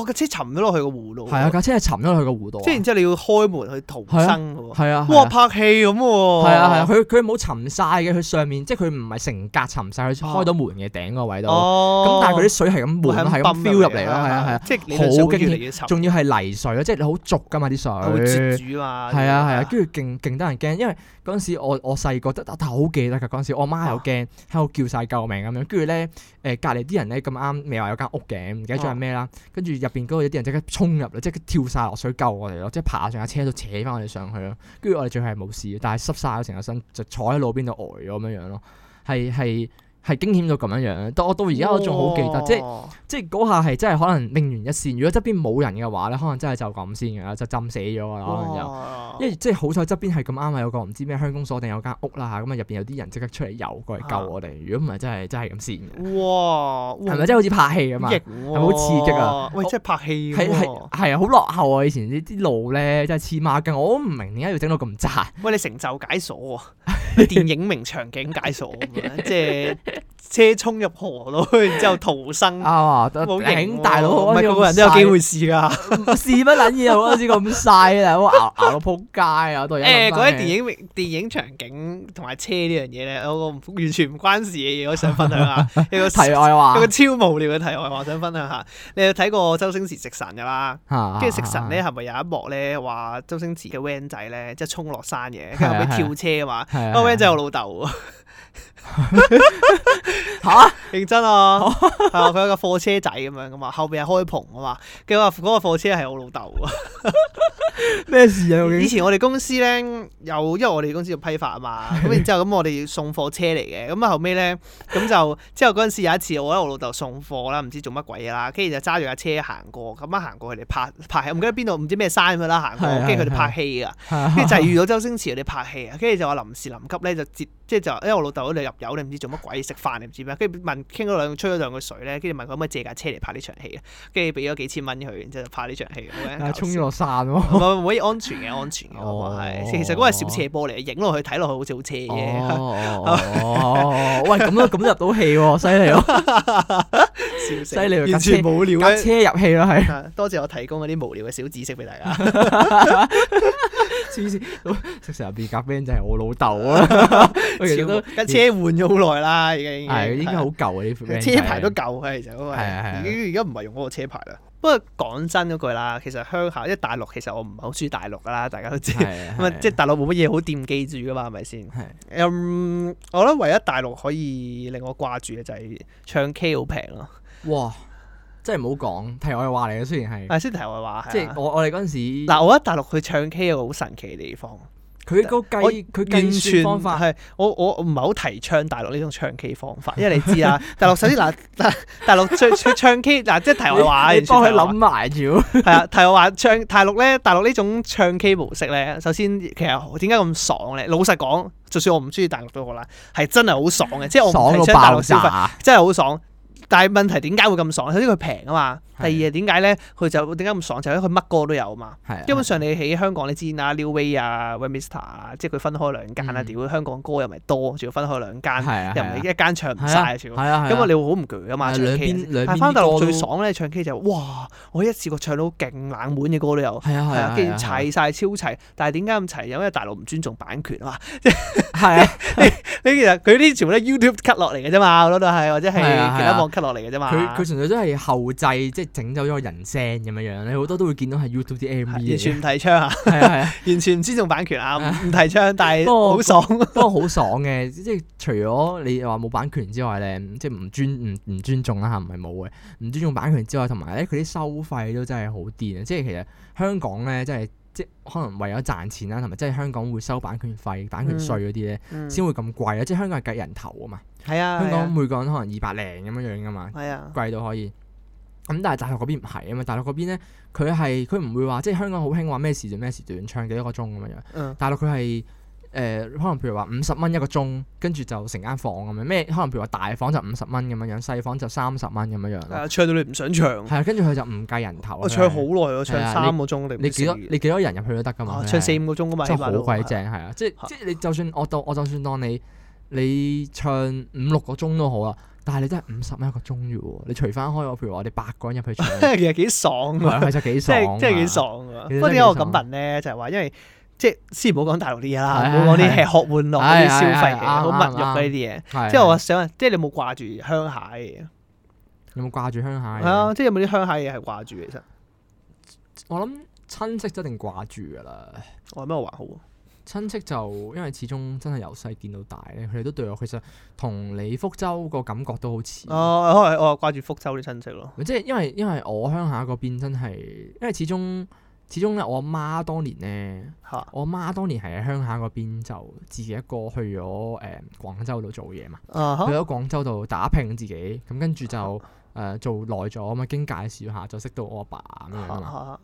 B: 我架車沉咗落去個湖度，
A: 係啊，，架車係沉咗落去個湖度啊。
B: 即係然之後你要開門去逃生嘅喎，
A: 係啊，係
B: 哇
A: 啊
B: 拍戲咁喎，
A: 係啊係啊，佢佢冇沉晒嘅，佢上面即係佢唔係成格沉晒，佢
B: 哦
A: 開到門嘅頂個位度。
B: 哦，
A: 咁但係佢啲水係咁
B: 會
A: 滿，啊係咁
B: 泵
A: feel 入嚟咯，係啊係啊，
B: 即係你
A: 好
B: 好
A: 驚
B: 越嚟
A: 險
B: 越沉，
A: 仲要係泥水咯，啊即係你好濁噶嘛啲
B: 佢會
A: 水
B: 絕。主嘛，
A: 係啊係啊，跟住勁勁得人驚，因為嗰陣時我我細個得，但但好記得㗎嗰陣時，我媽又驚喺度叫晒救命咁樣，跟住咧誒隔離啲人咧咁啱未話有間屋嘅，唔記得咗係咩啦，跟住入邊嗰度有啲人即刻衝入嚟，即刻跳晒落水救我哋咯，即係爬上架車度扯翻我哋上去咯，跟住我哋最後係冇事嘅，但係濕晒咗成個身，就坐喺路邊度呆咗咁樣樣咯，係係係驚險到咁樣樣，但我到而家我仲好記得，即係
B: 哇
A: 即係嗰下係真係可能命懸一線。如果側邊冇人嘅話咧，可能真係就咁先㗎啦，就浸死咗㗎啦，可能就。
B: 哇
A: 因為即係好彩側邊係咁啱啊，有個唔知咩鄉公所定有間屋啦，咁啊入邊有啲人即刻出嚟游過嚟救我哋。如果唔係真係真係咁先嘅，
B: 哇，
A: 係咪真係好似拍戲咁嘛？
B: 型
A: 咪好刺激啊
B: 喎喂，即係拍戲
A: 係
B: 喎
A: 係。係啊，好落後啊！以前呢啲路咧真係黐孖筋，我都唔明點解要整到咁窄。
B: 喂，你成就解鎖 啊！電影名場景解鎖 咁啊，即係車衝入河咯， 然之後逃生，
A: 啱啊！得
B: 好型
A: 頂
B: 喎
A: 大佬，
B: 唔
A: 嗰
B: 係
A: 陣時咁
B: 個個人都有機
A: 細
B: 會試㗎。
A: 試乜撚嘢啊？我嗰陣時咁晒啊，我熬熬到撲街啊！我到而家
B: 誒，
A: 諗
B: 講
A: 返起
B: 起電影名電影場景同埋車呢樣嘢咧，有個唔完全唔關事嘅嘢，我想分享下。 有個
A: 題外話
B: 有個超無聊嘅題外話想分享下。你有睇過周星馳食神㗎啦？
A: 嚇
B: 跟住食神咧，係咪有一幕咧話周星馳嘅 van 仔咧，即係衝落山嘅，
A: 係
B: 跟
A: 啊
B: 住
A: 係啊
B: 後尾跳車啊嘛。
A: 係啊
B: 個 van
A: 係
B: 仔
A: 啊
B: 我老豆喎，
A: 嚇
B: 認真啊，
A: 哦
B: 係啊，佢有個貨車仔咁樣噶嘛，後邊係開篷啊嘛，跟住話嗰個貨車係我老豆啊。
A: 咩事啊？ 究
B: 以
A: 竟
B: 前我哋公司咧有，因為我哋公司要批發啊嘛， 咁然之後咁我哋要送貨車嚟嘅，咁啊後尾咧咁就之後嗰陣時有一次我喺我老豆送貨啦，唔知做乜鬼嘢啦，跟住就揸住架車行過，咁啊行過佢哋拍拍，唔記得邊度唔知咩山咁樣啦行
A: 係
B: 過，跟住佢
A: 係
B: 哋拍戲啊，
A: 係 啊
B: 跟住就係遇到周星馳佢哋拍戲啊，跟住就話臨時臨急咧就接，即係就因為我老豆嗰度入油，你唔知做乜鬼食飯，你唔知咩，跟住問傾咗兩吹咗兩句水咧，跟住問佢可唔可以借架車嚟拍呢場戲啊，跟住俾咗幾千蚊佢，然之後就拍呢場戲，好鬼
A: 啊
B: 搞
A: 衝
B: 笑
A: 咗落山喎！
B: 唔係唔可以安全嘅，安全嘅，我話係。
A: 哦
B: 其實嗰個係小斜坡嚟，影落去睇落去好似好斜嘅，
A: 哦，喂，咁都咁都入到戲喎，犀利喎！
B: 笑死！
A: 犀利喎
B: 完全無聊
A: 架
B: 嘅。
A: 車入戲啦，係
B: 啊多謝我提供嗰啲無聊嘅小知識俾大家。
A: 黐線，食成入邊夾 band 就係我老豆啊！ 我其實都
B: 架車換咗好耐啦，已經。
A: 係應該好舊啊啲 band
B: 車牌都舊嘅，其實嗰個
A: 係啊係啊
B: 係。已經而家唔係用嗰個車牌啦。不過講真嗰句啦，其實鄉下，因為大陸其實我唔係好中意大陸噶啦，大家都知。咁
A: 係
B: 啊，即係大陸冇乜嘢好惦記住噶嘛，係咪先？
A: 係
B: 嗯，我覺得唯一大陸可以令我掛住嘅就係唱 K 好平咯。
A: 哇！真係唔好講，題外話嚟嘅，雖然係
B: 啊，先題外話係
A: 即係
B: 啊。
A: 我我哋嗰陣時
B: 嗱，我覺得大陸佢唱 K 有個好神奇嘅地方，
A: 佢個計佢計
B: 完
A: 算
B: 全
A: 方法
B: 係我我我唔係好提倡大陸呢種唱 K 方法，因為你知 啦，大陸首先嗱，大大陸唱唱唱 K 嗱，即係題外話，
A: 你
B: 完
A: 你
B: 全
A: 幫佢
B: 題外話
A: 諗埋住，
B: 係啊，題外話唱大陸咧，大陸呢種唱 K 模式咧，首先其實點解咁爽咧？老實講，就算我唔中意大陸都好啦，係真係好爽嘅，即係我
A: 爽
B: 唔提
A: 到
B: 倡大陸
A: 爆
B: 消費。
A: 炸，
B: 真係好爽。但係問題點解會咁爽？首先佢平啊嘛，第二嘢點解咧？佢就點解咁爽？就係因為佢乜歌都有啊嘛。
A: 係啊
B: 基本上你喺香港你知啦，New Way 啊、Way Mister 啊，即係佢分開兩間啦。
A: 嗯
B: 屌，香港歌又咪多，仲要分開兩
A: 係
B: 間，
A: 啊，
B: 又唔係一間唱唔
A: 係啊
B: 晒，全部
A: 係。啊，係
B: 咁啊，
A: 啊
B: 你會好唔攰啊嘛，
A: 係
B: 唱
A: 兩
B: K
A: 邊兩邊
B: 但係翻大
A: 啲
B: 陸
A: 歌
B: 最
A: 都
B: 爽咧，唱 K 就係哇，我一次過唱到勁冷門嘅歌都有。
A: 係啊
B: 係
A: 係啊
B: 啊，，跟
A: 係
B: 住
A: 啊
B: 齊晒超齊，但係點解咁齊？因為大陸唔尊重版權啊嘛。
A: 係啊，
B: 你其實佢呢啲全部都係 YouTube cut 落嚟嘅啫嘛，好多都係或者係
A: 係啊係啊
B: 其他網 cut 落嚟嘅啫嘛。
A: 佢佢純粹都係後製，即係整走咗個人聲咁樣樣，你好多都會見到係 YouTube 啲 MV
B: 完
A: 嚟嘅
B: 全唔提倡啊，
A: 係啊係啊，
B: 完全唔尊重版 權啊，唔唔提倡，但係
A: 不過
B: 好爽。
A: 不過好爽嘅，即係除咗你話冇版權之外咧，即係唔尊唔唔尊重啦嚇，唔係冇嘅，唔尊重版權之外，同埋咧佢啲收費都真係好癲啊！即係其實香港咧，真係即係可能為咗賺錢啦，同埋即係香港會收版權費、版
B: 嗯
A: 權稅嗰啲咧，先會咁貴啊！即係香港係計人頭啊嘛，
B: 係啊，
A: 香
B: 係
A: 港
B: 啊
A: 每個人可能二百零咁樣樣噶嘛，
B: 係啊，
A: 貴到可以。咁但係大陸嗰邊唔係啊嘛，大陸嗰邊咧佢係佢唔會話即係香港好興話咩時段咩時段唱幾多個鐘咁樣樣，
B: 嗯
A: 大陸佢係誒可能譬如話五十蚊一個鐘，跟住就成間房咁樣，咩可能譬如話大房就五十蚊咁樣樣，細房就三十蚊咁樣樣咯，
B: 啊唱到你唔想唱，
A: 係啊，跟住佢就唔計人頭啊。
B: 我唱哦好耐喎，
A: 係啊
B: 唱三個鐘定
A: 你幾多
B: 四
A: 你幾多人入去都得噶嘛，
B: 啊
A: 佢
B: 唱
A: 係
B: 四五個鐘噶嘛，
A: 真
B: 起
A: 係
B: 碼
A: 好
B: 都
A: 鬼正係啊！即係即係你就算我當我就算當你你唱五六個鐘都好啦，啊但係你真係五十蚊一個鐘啫喎，你除翻開我譬如話我哋八個人入去唱，係
B: 其實幾爽啊
A: 啊，其實幾
B: 即
A: 爽啊，
B: 係即係幾爽啊！
A: 其實
B: 不
A: 真係
B: 過點解我
A: 幾爽
B: 咁笨咧？就係話因為即係先唔好講大陸啲嘢啦，
A: 係
B: 唔好講
A: 係
B: 啲吃喝玩樂嗰
A: 係
B: 啲消
A: 係
B: 費
A: 係
B: 嘅好
A: 啱
B: 物欲嘅呢啲嘢。
A: 係啊，
B: 即係我想，即係你有冇掛住鄉下嘅嘢？
A: 有冇掛住鄉下嘢？
B: 係啊，即係有冇啲鄉下嘢係掛住嘅其實
A: 我諗親戚一定掛住㗎啦。
B: 我咩我還好喎。
A: 親戚就因為始終真係由細見到大咧，佢哋都對我其實同你福州個感覺都好似。
B: 哦，可能我係掛住福州啲親戚咯。
A: 即係因為因為我鄉下嗰邊真係，因為始終始終咧，我阿媽當年咧，
B: 嚇
A: 我阿媽當年係喺鄉下嗰邊就自己一個去咗誒、廣州度做嘢嘛，
B: 啊
A: 去
B: 哈
A: 咗廣州度打拼自己，咁跟住就誒、做耐咗咁啊，經介紹下就識到我阿爸咁樣啊嘛。
B: 啊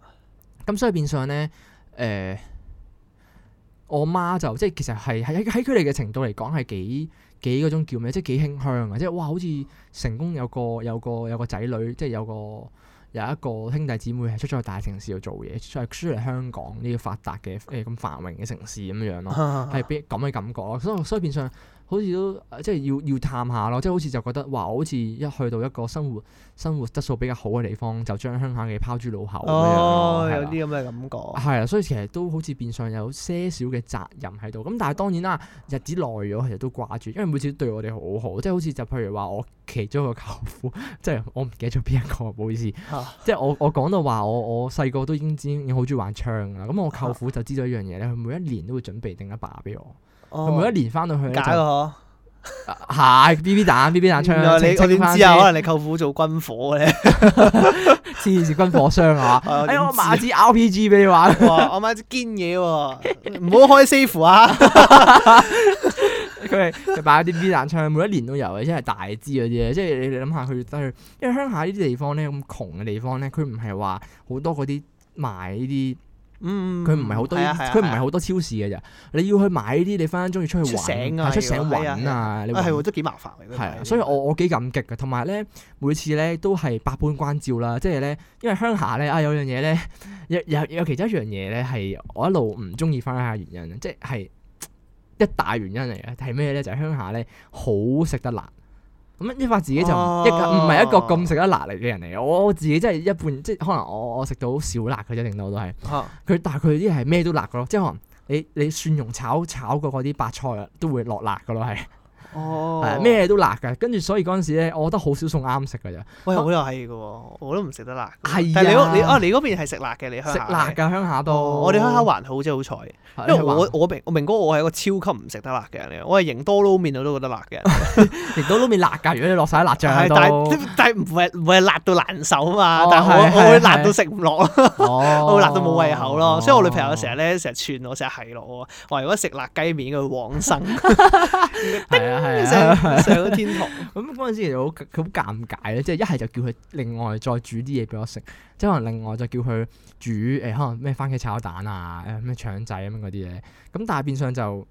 A: 咁所以變相咧，誒、我媽就即係其實係喺喺佢哋嘅程度嚟講係幾幾嗰種叫咩，即係幾馨香啊！即係哇，好似成功有個有個有個仔女，即係有個有一個兄弟姊妹係出咗去大城市度做嘢，出嚟出嚟香港呢個發達嘅誒咁繁榮嘅城市咁樣咯。
B: 哈
A: 嗯係俾咁嘅感覺咯，所以所以變相好似都呃即係要要探下咯，即係好似就覺得哇，好似一去到一個生活生活質素比較好嘅地方，就將鄉下嘅拋諸腦後咁樣咯
B: 哦，
A: 係
B: 有
A: 啦
B: 啲咁嘅感覺，
A: 係啊，所以其實都好似變相有些少嘅責任喺度。咁但係當然啦，日子耐咗，其實都掛住，因為每次都對我哋好好，即係好似就譬如話我其中一個舅父，即係我唔記得咗邊一個，唔好意思。
B: 嚇
A: 即係我我講到話我我細個都已經知已經好中意玩槍㗎啦。咁我舅父就知道一樣嘢咧，佢每一年都會準備定一把俾我。
B: 哦
A: 佢每一年翻到去咧
B: 假
A: 就
B: 嘅
A: 係 B B 彈 B B 彈
B: 嗬，
A: 槍，
B: 原來你
A: 清清
B: 我點
A: 翻
B: 知啊？
A: 先
B: 可能你舅父做軍火咧，
A: 黐線軍火商啊！
B: 啊我
A: 哎
B: 點
A: 呀，我
B: 知
A: 買支 R P G 俾你玩，
B: 哇！我買支堅嘢喎，唔好開 safe 啊！
A: 佢係就買咗啲 B 彈槍，每一年都有嘅，一係大支嗰啲咧。即係你諗下佢得去，因為鄉下呢啲地方咧咁窮嘅地方咧，佢唔係話好多嗰啲賣呢啲。
B: 嗯，
A: 佢唔係好多，
B: 係啊係啊
A: 佢唔
B: 係啊
A: 係好多超市嘅咋。你要去買呢啲，你分分鐘要出去
B: 出
A: 揾，
B: 省啊
A: 係出省
B: 要係啊
A: 揾啊，你
B: 啊係
A: 揾
B: 喎，都幾麻煩嘅。
A: 係啊，所以我我幾感激嘅，同埋咧每次咧都係百般關照啦，即係咧，因為鄉下咧啊有樣嘢咧， 有有有其中一樣嘢咧係我一路唔中意翻鄉下嘅原因，即係一大原因嚟嘅，係咩咧？就係、鄉下咧好食得辣。咁一發自己就唔
B: 哦
A: 一個唔係一個咁食得辣嚟嘅人嚟嘅，我我自己真係一半，即係可能我我食到少辣嘅啫，令到我都係
B: 嚇
A: 佢，但係佢啲係咩都辣嘅咯，即係可能你你蒜蓉炒炒過嗰啲白菜啊都會落辣嘅咯，係。
B: 哦
A: 係啊咩都辣㗎，跟住所以嗰陣時咧，我覺得好少餸啱食㗎咋，
B: 喂，我又係嘅喎，我都唔食得辣嘅。
A: 係
B: 但係你嗰
A: 啊
B: 你啊，你嗰邊係食辣嘅，你鄉下
A: 食辣
B: 係
A: 㗎鄉下都。
B: 哦我哋鄉下還好啫，好彩。
A: 係，
B: 因為
A: 鄉下
B: 我我明我明哥我係一個超級唔食得辣嘅人嚟嘅，我係營多撈麵我都覺得辣嘅 人。
A: 亦都撈面辣㗎，如果你落晒辣醬
B: 係
A: 喺
B: 但
A: 度，
B: 係但係唔係唔係辣到難受啊嘛，
A: 哦
B: 但係
A: 係
B: 我
A: 係
B: 我會辣
A: 係
B: 到食唔落咯，
A: 哦
B: 我會辣到冇胃口咯。所以我女朋友成日咧成日串我，成日係落我話如果食辣雞面佢會往生，
A: 係啊係啊。
B: 上上咗天堂。
A: 咁嗰陣時其實好好尷尬咧，即係一係就叫佢另外再煮啲嘢俾我食，即係可能另外就叫佢煮誒、可能咩番茄炒蛋啊，誒、咩腸仔咁樣嗰啲咧。咁但係變相就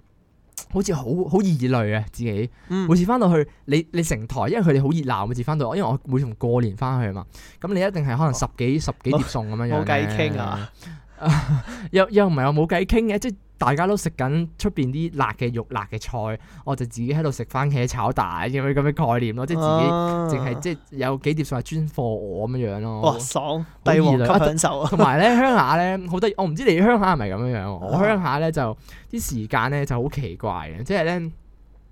A: 好似好好異類啊自己。
B: 嗯
A: 每次翻到去你你成台，因為佢哋好熱鬧，每次翻到，因為我每逢過年翻去啊嘛，咁你一定係可能十幾、十幾碟餸咁樣樣咧
B: 哦冇偈傾啊！
A: 又又唔係話冇偈傾嘅，即係大家都食緊出邊啲辣嘅肉、辣嘅菜，我就自己喺度食番茄炒蛋咁樣咁嘅概念咯，即係自己。
B: 啊
A: 淨係
B: 係
A: 即係有幾碟餸係專貨我咁樣樣咯
B: 哇。爽，
A: 哦好
B: 帝王
A: 易
B: 級
A: 嘞啊
B: 享受啊！
A: 同埋咧鄉下咧好得意，我唔知你鄉下係咪咁樣樣喎。我鄉下咧就啲時間咧就好奇怪嘅，即係咧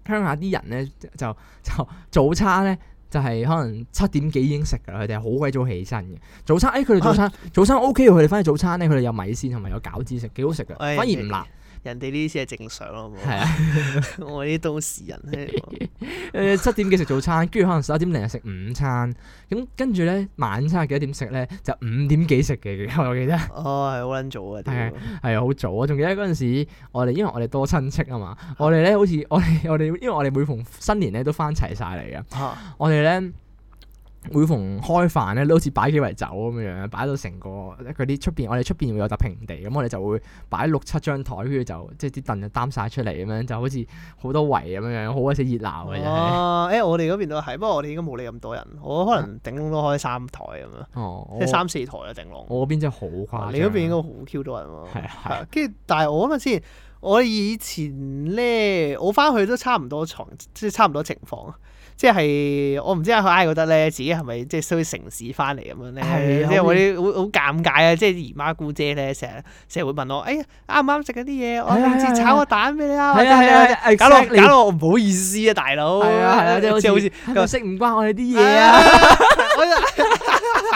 A: 鄉下啲人咧就就早餐咧。就係可能七點幾已經食㗎啦，佢哋係好鬼早起身嘅。早餐，誒佢哋早餐早餐 O K 喎，佢哋翻去早餐咧，佢哋有米線同埋有餃子食，幾好食㗎，
B: 哎
A: 反而唔辣。
B: 人哋呢啲先係正常咯，好唔好
A: 係啊，
B: 我呢啲都市人咧，
A: 誒呃七點幾食早餐，跟住可能十一點零食午餐，咁跟住咧晚餐係幾多點食咧？就五點幾食嘅，我記得。
B: 哦係好撚早啊！屌
A: 係係啊，好早啊！仲記得嗰陣時，我哋因為我哋多親戚啊嘛，我哋咧好似我哋我哋，因為我哋每逢新年咧都翻齊晒嚟嘅，
B: 嚇
A: 我哋咧每逢開飯咧都好似擺幾圍酒咁樣，擺到成個嗰啲出邊，我哋出邊會有笪平地，咁我哋就會擺六七張台，跟住就即係啲凳就擔晒出嚟咁樣，就好似好多圍咁樣樣，好鬼死熱鬧嘅真係。
B: 哦，誒我哋嗰邊都係，不過我哋應該冇你咁多人，我可能頂籠都開三台咁樣。
A: 哦，
B: 即係
A: 啊我
B: 三四台啊，定龍。
A: 我嗰邊真係好誇張。啊
B: 你嗰邊應該好 Q 多人喎。
A: 係啊係啊
B: 啊跟住但係我諗下先，我以前咧，我翻去都差唔多床，即係差唔多情況。啊即係我唔知啊，佢嗌覺得咧，自己係咪即係衰城市翻嚟咁樣
A: 係
B: 咧？
A: 啊
B: 即係
A: 好
B: 我
A: 似
B: 啲好好尷尬啊！即係姨媽姑姐咧，成日成日會問我，哎呀，啱唔啱食嗰啲嘢？我
A: 係啊
B: 平
A: 係啊
B: 時炒個蛋俾你
A: 係啊
B: 啊！或者
A: 係啊係啊
B: 搞到
A: exactly
B: 搞到我唔好意思啊，大佬。
A: 係啊係啊，即係好
B: 好
A: 似
B: 似
A: 係咪食唔關我哋啲嘢啊。！
B: 我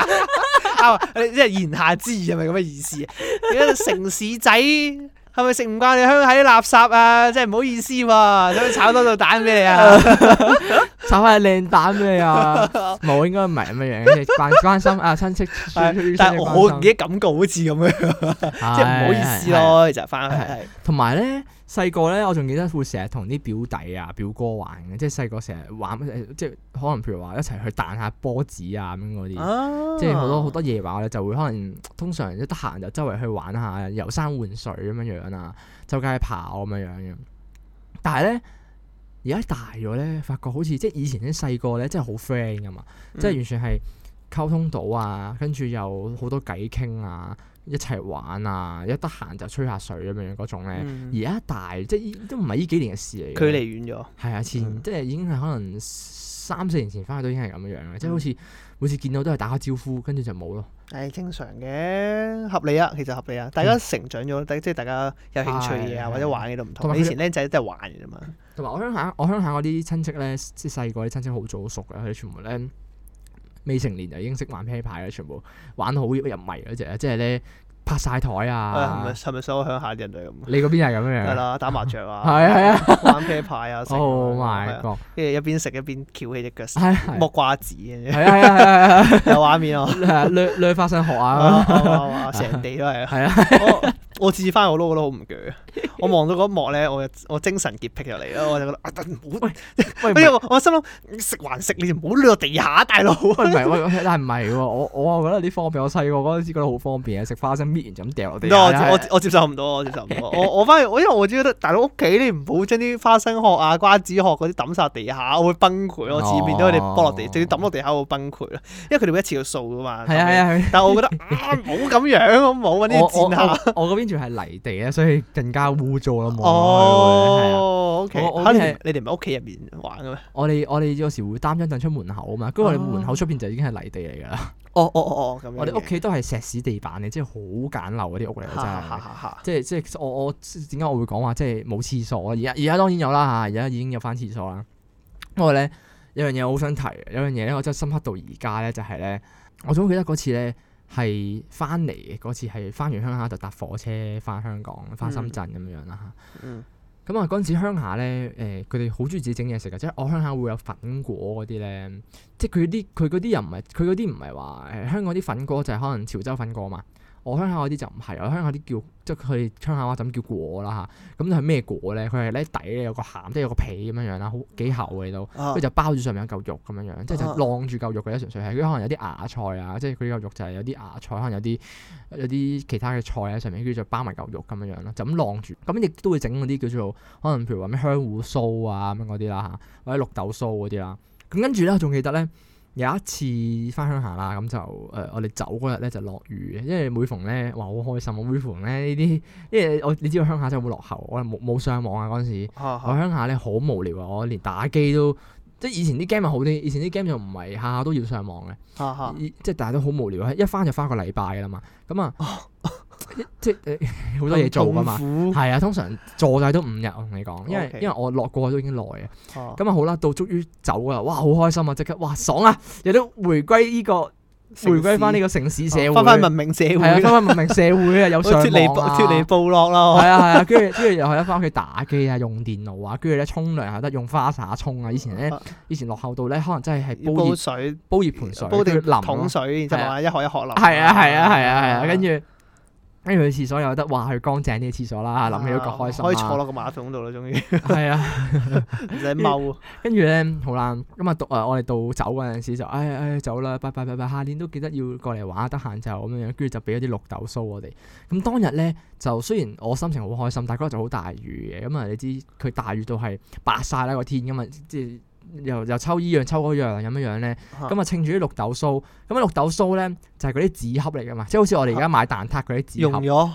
B: 就 啊，你即係言下之意係咪咁嘅意思啊？你一個城市仔係咪食唔啊慣你鄉下啲垃圾啊？真係唔好意思喎、想唔想炒多道蛋俾你啊？
A: 手下靚蛋咩 啊？冇應該唔係咁樣樣，即係關關心啊親戚，
B: 但
A: 孫
B: 但係我自己感覺好似咁樣，即係唔好意思。
A: 係係係
B: 咯，其實翻去係
A: 同埋咧細個咧，我仲記得會成日同啲表弟啊表哥玩嘅，即係細個成日玩，誒即係可能譬如話一齊去彈下波子啊咁樣嗰啲。
B: 啊
A: 即係好多好多夜晚咧，就會可能通常一得閒就周圍去玩下，遊山玩水咁樣樣啊，周街跑咁樣樣嘅。但係咧，而家大咗咧，發覺好似即係以前啲細個咧，真係好 friend 噶嘛，
B: 嗯
A: 即係完全係溝通到啊，跟住又好多偈傾啊，一齊玩啊，一得閒就吹下水咁樣樣嗰種咧。
B: 嗯
A: 而家大即係依都唔係呢幾年嘅事嚟嘅，
B: 距離遠咗，
A: 係啊，前、
B: 嗯
A: 即係已經係可能三四年前翻去都已經係咁樣樣嘅，即係好似每次見到都係打個招呼，跟住就冇咯。
B: 係正常嘅，合理啊，其實合理啊，大家成長咗，即係大家有興趣嘢
A: 係
B: 啊，
A: 係
B: 或者玩嘅都唔
A: 同埋
B: 同。
A: 佢
B: 以前僆仔都係玩嘅啫嘛，
A: 同埋我鄉下，我鄉下嗰啲親戚咧，即係細個啲親戚好早熟嘅，佢哋全部咧未成年就已經識玩啤牌啦，全部玩好入迷嗰只，即係咧拍晒台
B: 係咪
A: 啊！
B: 係咪所有鄉下啲人都係咁？啊
A: 你嗰邊係咁樣
B: 係
A: 樣，
B: 啦，打麻雀 啊，
A: 係係啊
B: 玩啤牌 啊，成啊
A: ！Oh
B: 係啊
A: my god！
B: 跟住一邊食一邊翹起隻腳食
A: 係係
B: 剝瓜子嘅，
A: 係啊係啊係啊係啊
B: 有畫 面啊！
A: 係啊！掠掠花生殼啊！
B: 啊成地都係 啊！
A: 係啊，
B: 我我次次翻我都覺得好唔鋸，啊我望到嗰一幕咧，我我精神潔癖就嚟啦，我就覺得啊，唔好，
A: 喂唔
B: 跟
A: 係
B: 住我我心諗食還食，你唔好掠地下，大佬。
A: 喂唔係喂喂，但係唔係喎？我我覺得呢方便，我細個嗰陣時覺得好方便啊嘅，食花生搣完就咁掉落地
B: 我
A: 下。
B: 我我接受唔到，我接受唔 到。我我翻去，我因為我只覺得大佬屋企你唔好將啲花生殼啊、瓜子殼嗰啲抌晒地下，我會崩潰。我前面都佢哋剝落地，
A: 哦
B: 直接抌落地下，我會崩潰啦。因為佢哋會一次要掃噶嘛。
A: 係啊係啊係啊。
B: 但係我覺得 啊，唔好咁樣，我
A: 我
B: 冇揾啲啊
A: 我
B: 賤 客。
A: 我我嗰邊仲係泥地啊咧，所以更加污糟啦，望落去會係啊。
B: 哦，OK，
A: 我我
B: 嚇你
A: 係
B: 哋你哋唔喺屋企入面玩嘅咩？
A: 我哋我哋有時會擔張凳出門口啊嘛，跟住我哋
B: 哦
A: 門口出邊就已經係泥地嚟㗎啦。
B: 哦哦哦哦，咁樣嘅。
A: 我哋屋企都係石屎地板嘅，即係好簡陋嗰啊啲屋嚟
B: 嚇
A: 㗎，真
B: 嚇嚇
A: 係。
B: 嚇嚇
A: 即係即係我我點解我會講話即係冇廁所啊？而家而家當然有啦嚇，而家已經有翻廁所啦。不過咧有樣嘢我好想提，有樣嘢咧我真係深刻到而家咧，就係咧我總記得嗰次咧係翻嚟嘅，嗰次係翻完鄉下就搭火車翻香港，翻深圳咁樣啦嚇。
B: 嗯
A: 咁啊嗰陣時鄉下咧，誒佢哋好中意自己整嘢食嘅，即係我鄉下會有粉果嗰啲咧，即係佢啲佢嗰啲又唔係佢嗰啲唔係話誒香港啲粉果就係可能潮州粉果嘛。我鄉下嗰啲就唔係，我鄉下啲叫即係佢鄉下話就咁叫果啦嚇。咁佢係咩果咧？佢係咧底咧有個餡，即係有個皮咁樣樣啦，好幾厚嘅都。
B: 啊
A: 佢就包住上面有嚿肉咁樣樣，即係就
B: 啊
A: 晾住嚿肉嘅啫，純粹係佢可能有啲芽菜啊，即係佢嚿肉就係有啲芽菜，可能有啲有啲其他嘅菜喺上面，跟住就包埋嚿肉咁樣樣咯，就咁晾住。咁亦都會整嗰啲叫做可能譬如話咩香芋酥啊咁樣嗰啲啦嚇，或者綠豆酥嗰啲啦。咁跟住咧，我仲記得咧。有一次翻鄉下啦，咁就誒、呃我哋走嗰日咧就落雨，因為每逢咧哇好開心啊！每逢咧呢啲，因為我你知道鄉下真係好落後，我哋冇冇上網啊嗰陣時，
B: 嚇
A: 我鄉下咧好無聊啊！我連打機都即係以前啲 game 咪好啲，以前啲 game 就唔係下下都要上網嘅，
B: 嚇嚇
A: 以即係但係都好無聊，啊一翻就翻個禮拜㗎啦嘛。咁啊，一即 係誒好多嘢做㗎嘛。
B: 咁
A: 係啊，通常坐底都五日，我同你講，因為
B: OK
A: 因為我落過都已經耐啊。
B: 痛苦，
A: 咁啊好啦，到終於走啊，哇好開心啊！即刻哇爽啊，有得回歸呢個回歸翻呢
B: 個
A: 個城市社會，
B: 翻翻文明社會
A: 係啊，翻
B: 啦，
A: 翻文明社會啊，有上
B: 好似脫離部
A: 網啊
B: 脫離部落啦，
A: 係啊係啊，跟住跟住又係一翻屋企打機啊，用電腦啊，跟住咧沖涼又得用花灑沖啊。以前咧
B: 啊，
A: 以前落後到咧，可能真係係
B: 要
A: 煲
B: 煲
A: 熱
B: 水
A: 煲熱盆水，
B: 煲
A: 跟
B: 定
A: 住淋啊
B: 桶水，然之後慢慢一殼一殼淋。
A: 係啊係啊係啊係啊，跟住跟住去廁所又得，哇去乾淨啲嘅廁所啦，諗起都覺開心啊
B: 啊可以坐
A: 啦。
B: 落個馬桶度啦，終於
A: 係啊，
B: 唔使踎。
A: 跟住咧好啦，咁啊到誒我哋到走嗰陣時就唉唉走啦，拜拜拜拜，下年都記得要過嚟玩，得閒就咁樣樣，跟住就俾咗啲綠豆酥我哋。咁當日咧就雖然我心情好開心，但係嗰日就好大雨嘅，咁啊你知佢大雨到係白晒啦個天咁啊，即係又又抽依樣抽嗰樣咁樣樣咧，咁啊稱住啲綠豆酥，咁啊綠豆酥咧就係嗰啲紙盒嚟噶嘛，即係好似我哋而家買蛋撻嗰啲紙
B: 用
A: 盒，
B: 咗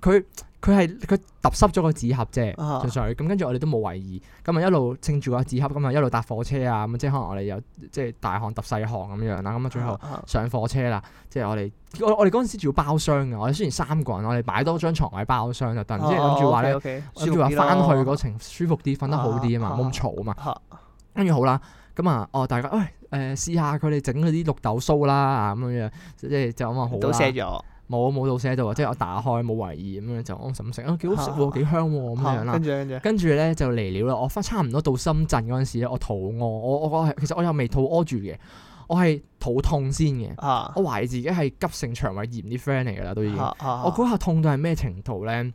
A: 佢佢係佢揼濕咗個紙盒啫。
B: 啊
A: 純粹咁跟住我哋都冇懷疑，咁啊一路稱住個紙盒，咁啊一路搭火車啊，咁即係可能我哋有即係大汗揼細汗咁樣啦，咁啊最後
B: 啊
A: 上火車啦，即係我哋我我哋嗰陣時仲要包廂嘅，我哋雖然三個人，我哋買多張床位包廂就得，即係
B: 哦
A: 諗住話咧，，諗住話翻去嗰程舒服啲，瞓得好啲啊嘛，
B: 啊
A: 冇咁嘈啊嘛，
B: 嚇
A: 跟住好啦，咁啊哦大家喂誒試下佢哋整嗰啲綠豆酥啦啊咁樣，即係就咁話好
B: 倒瀉
A: 啦，
B: 咗
A: 冇冇到寫到啊，即係我打開冇懷疑咁樣就我咁食啊，幾好食
B: 啊
A: 喎，幾香喎咁
B: 嚇
A: 樣啦
B: 跟。住跟住，
A: 跟住咧就嚟了啦，我翻差唔多到深圳嗰陣時咧，我肚屙，我我我係其實我又未肚屙住嘅，我係肚痛先嘅，
B: 啊
A: 我懷疑自己係急性腸胃炎啲 friend 嚟㗎啦，都已經。
B: 啊啊
A: 我嗰下痛到係咩程度咧？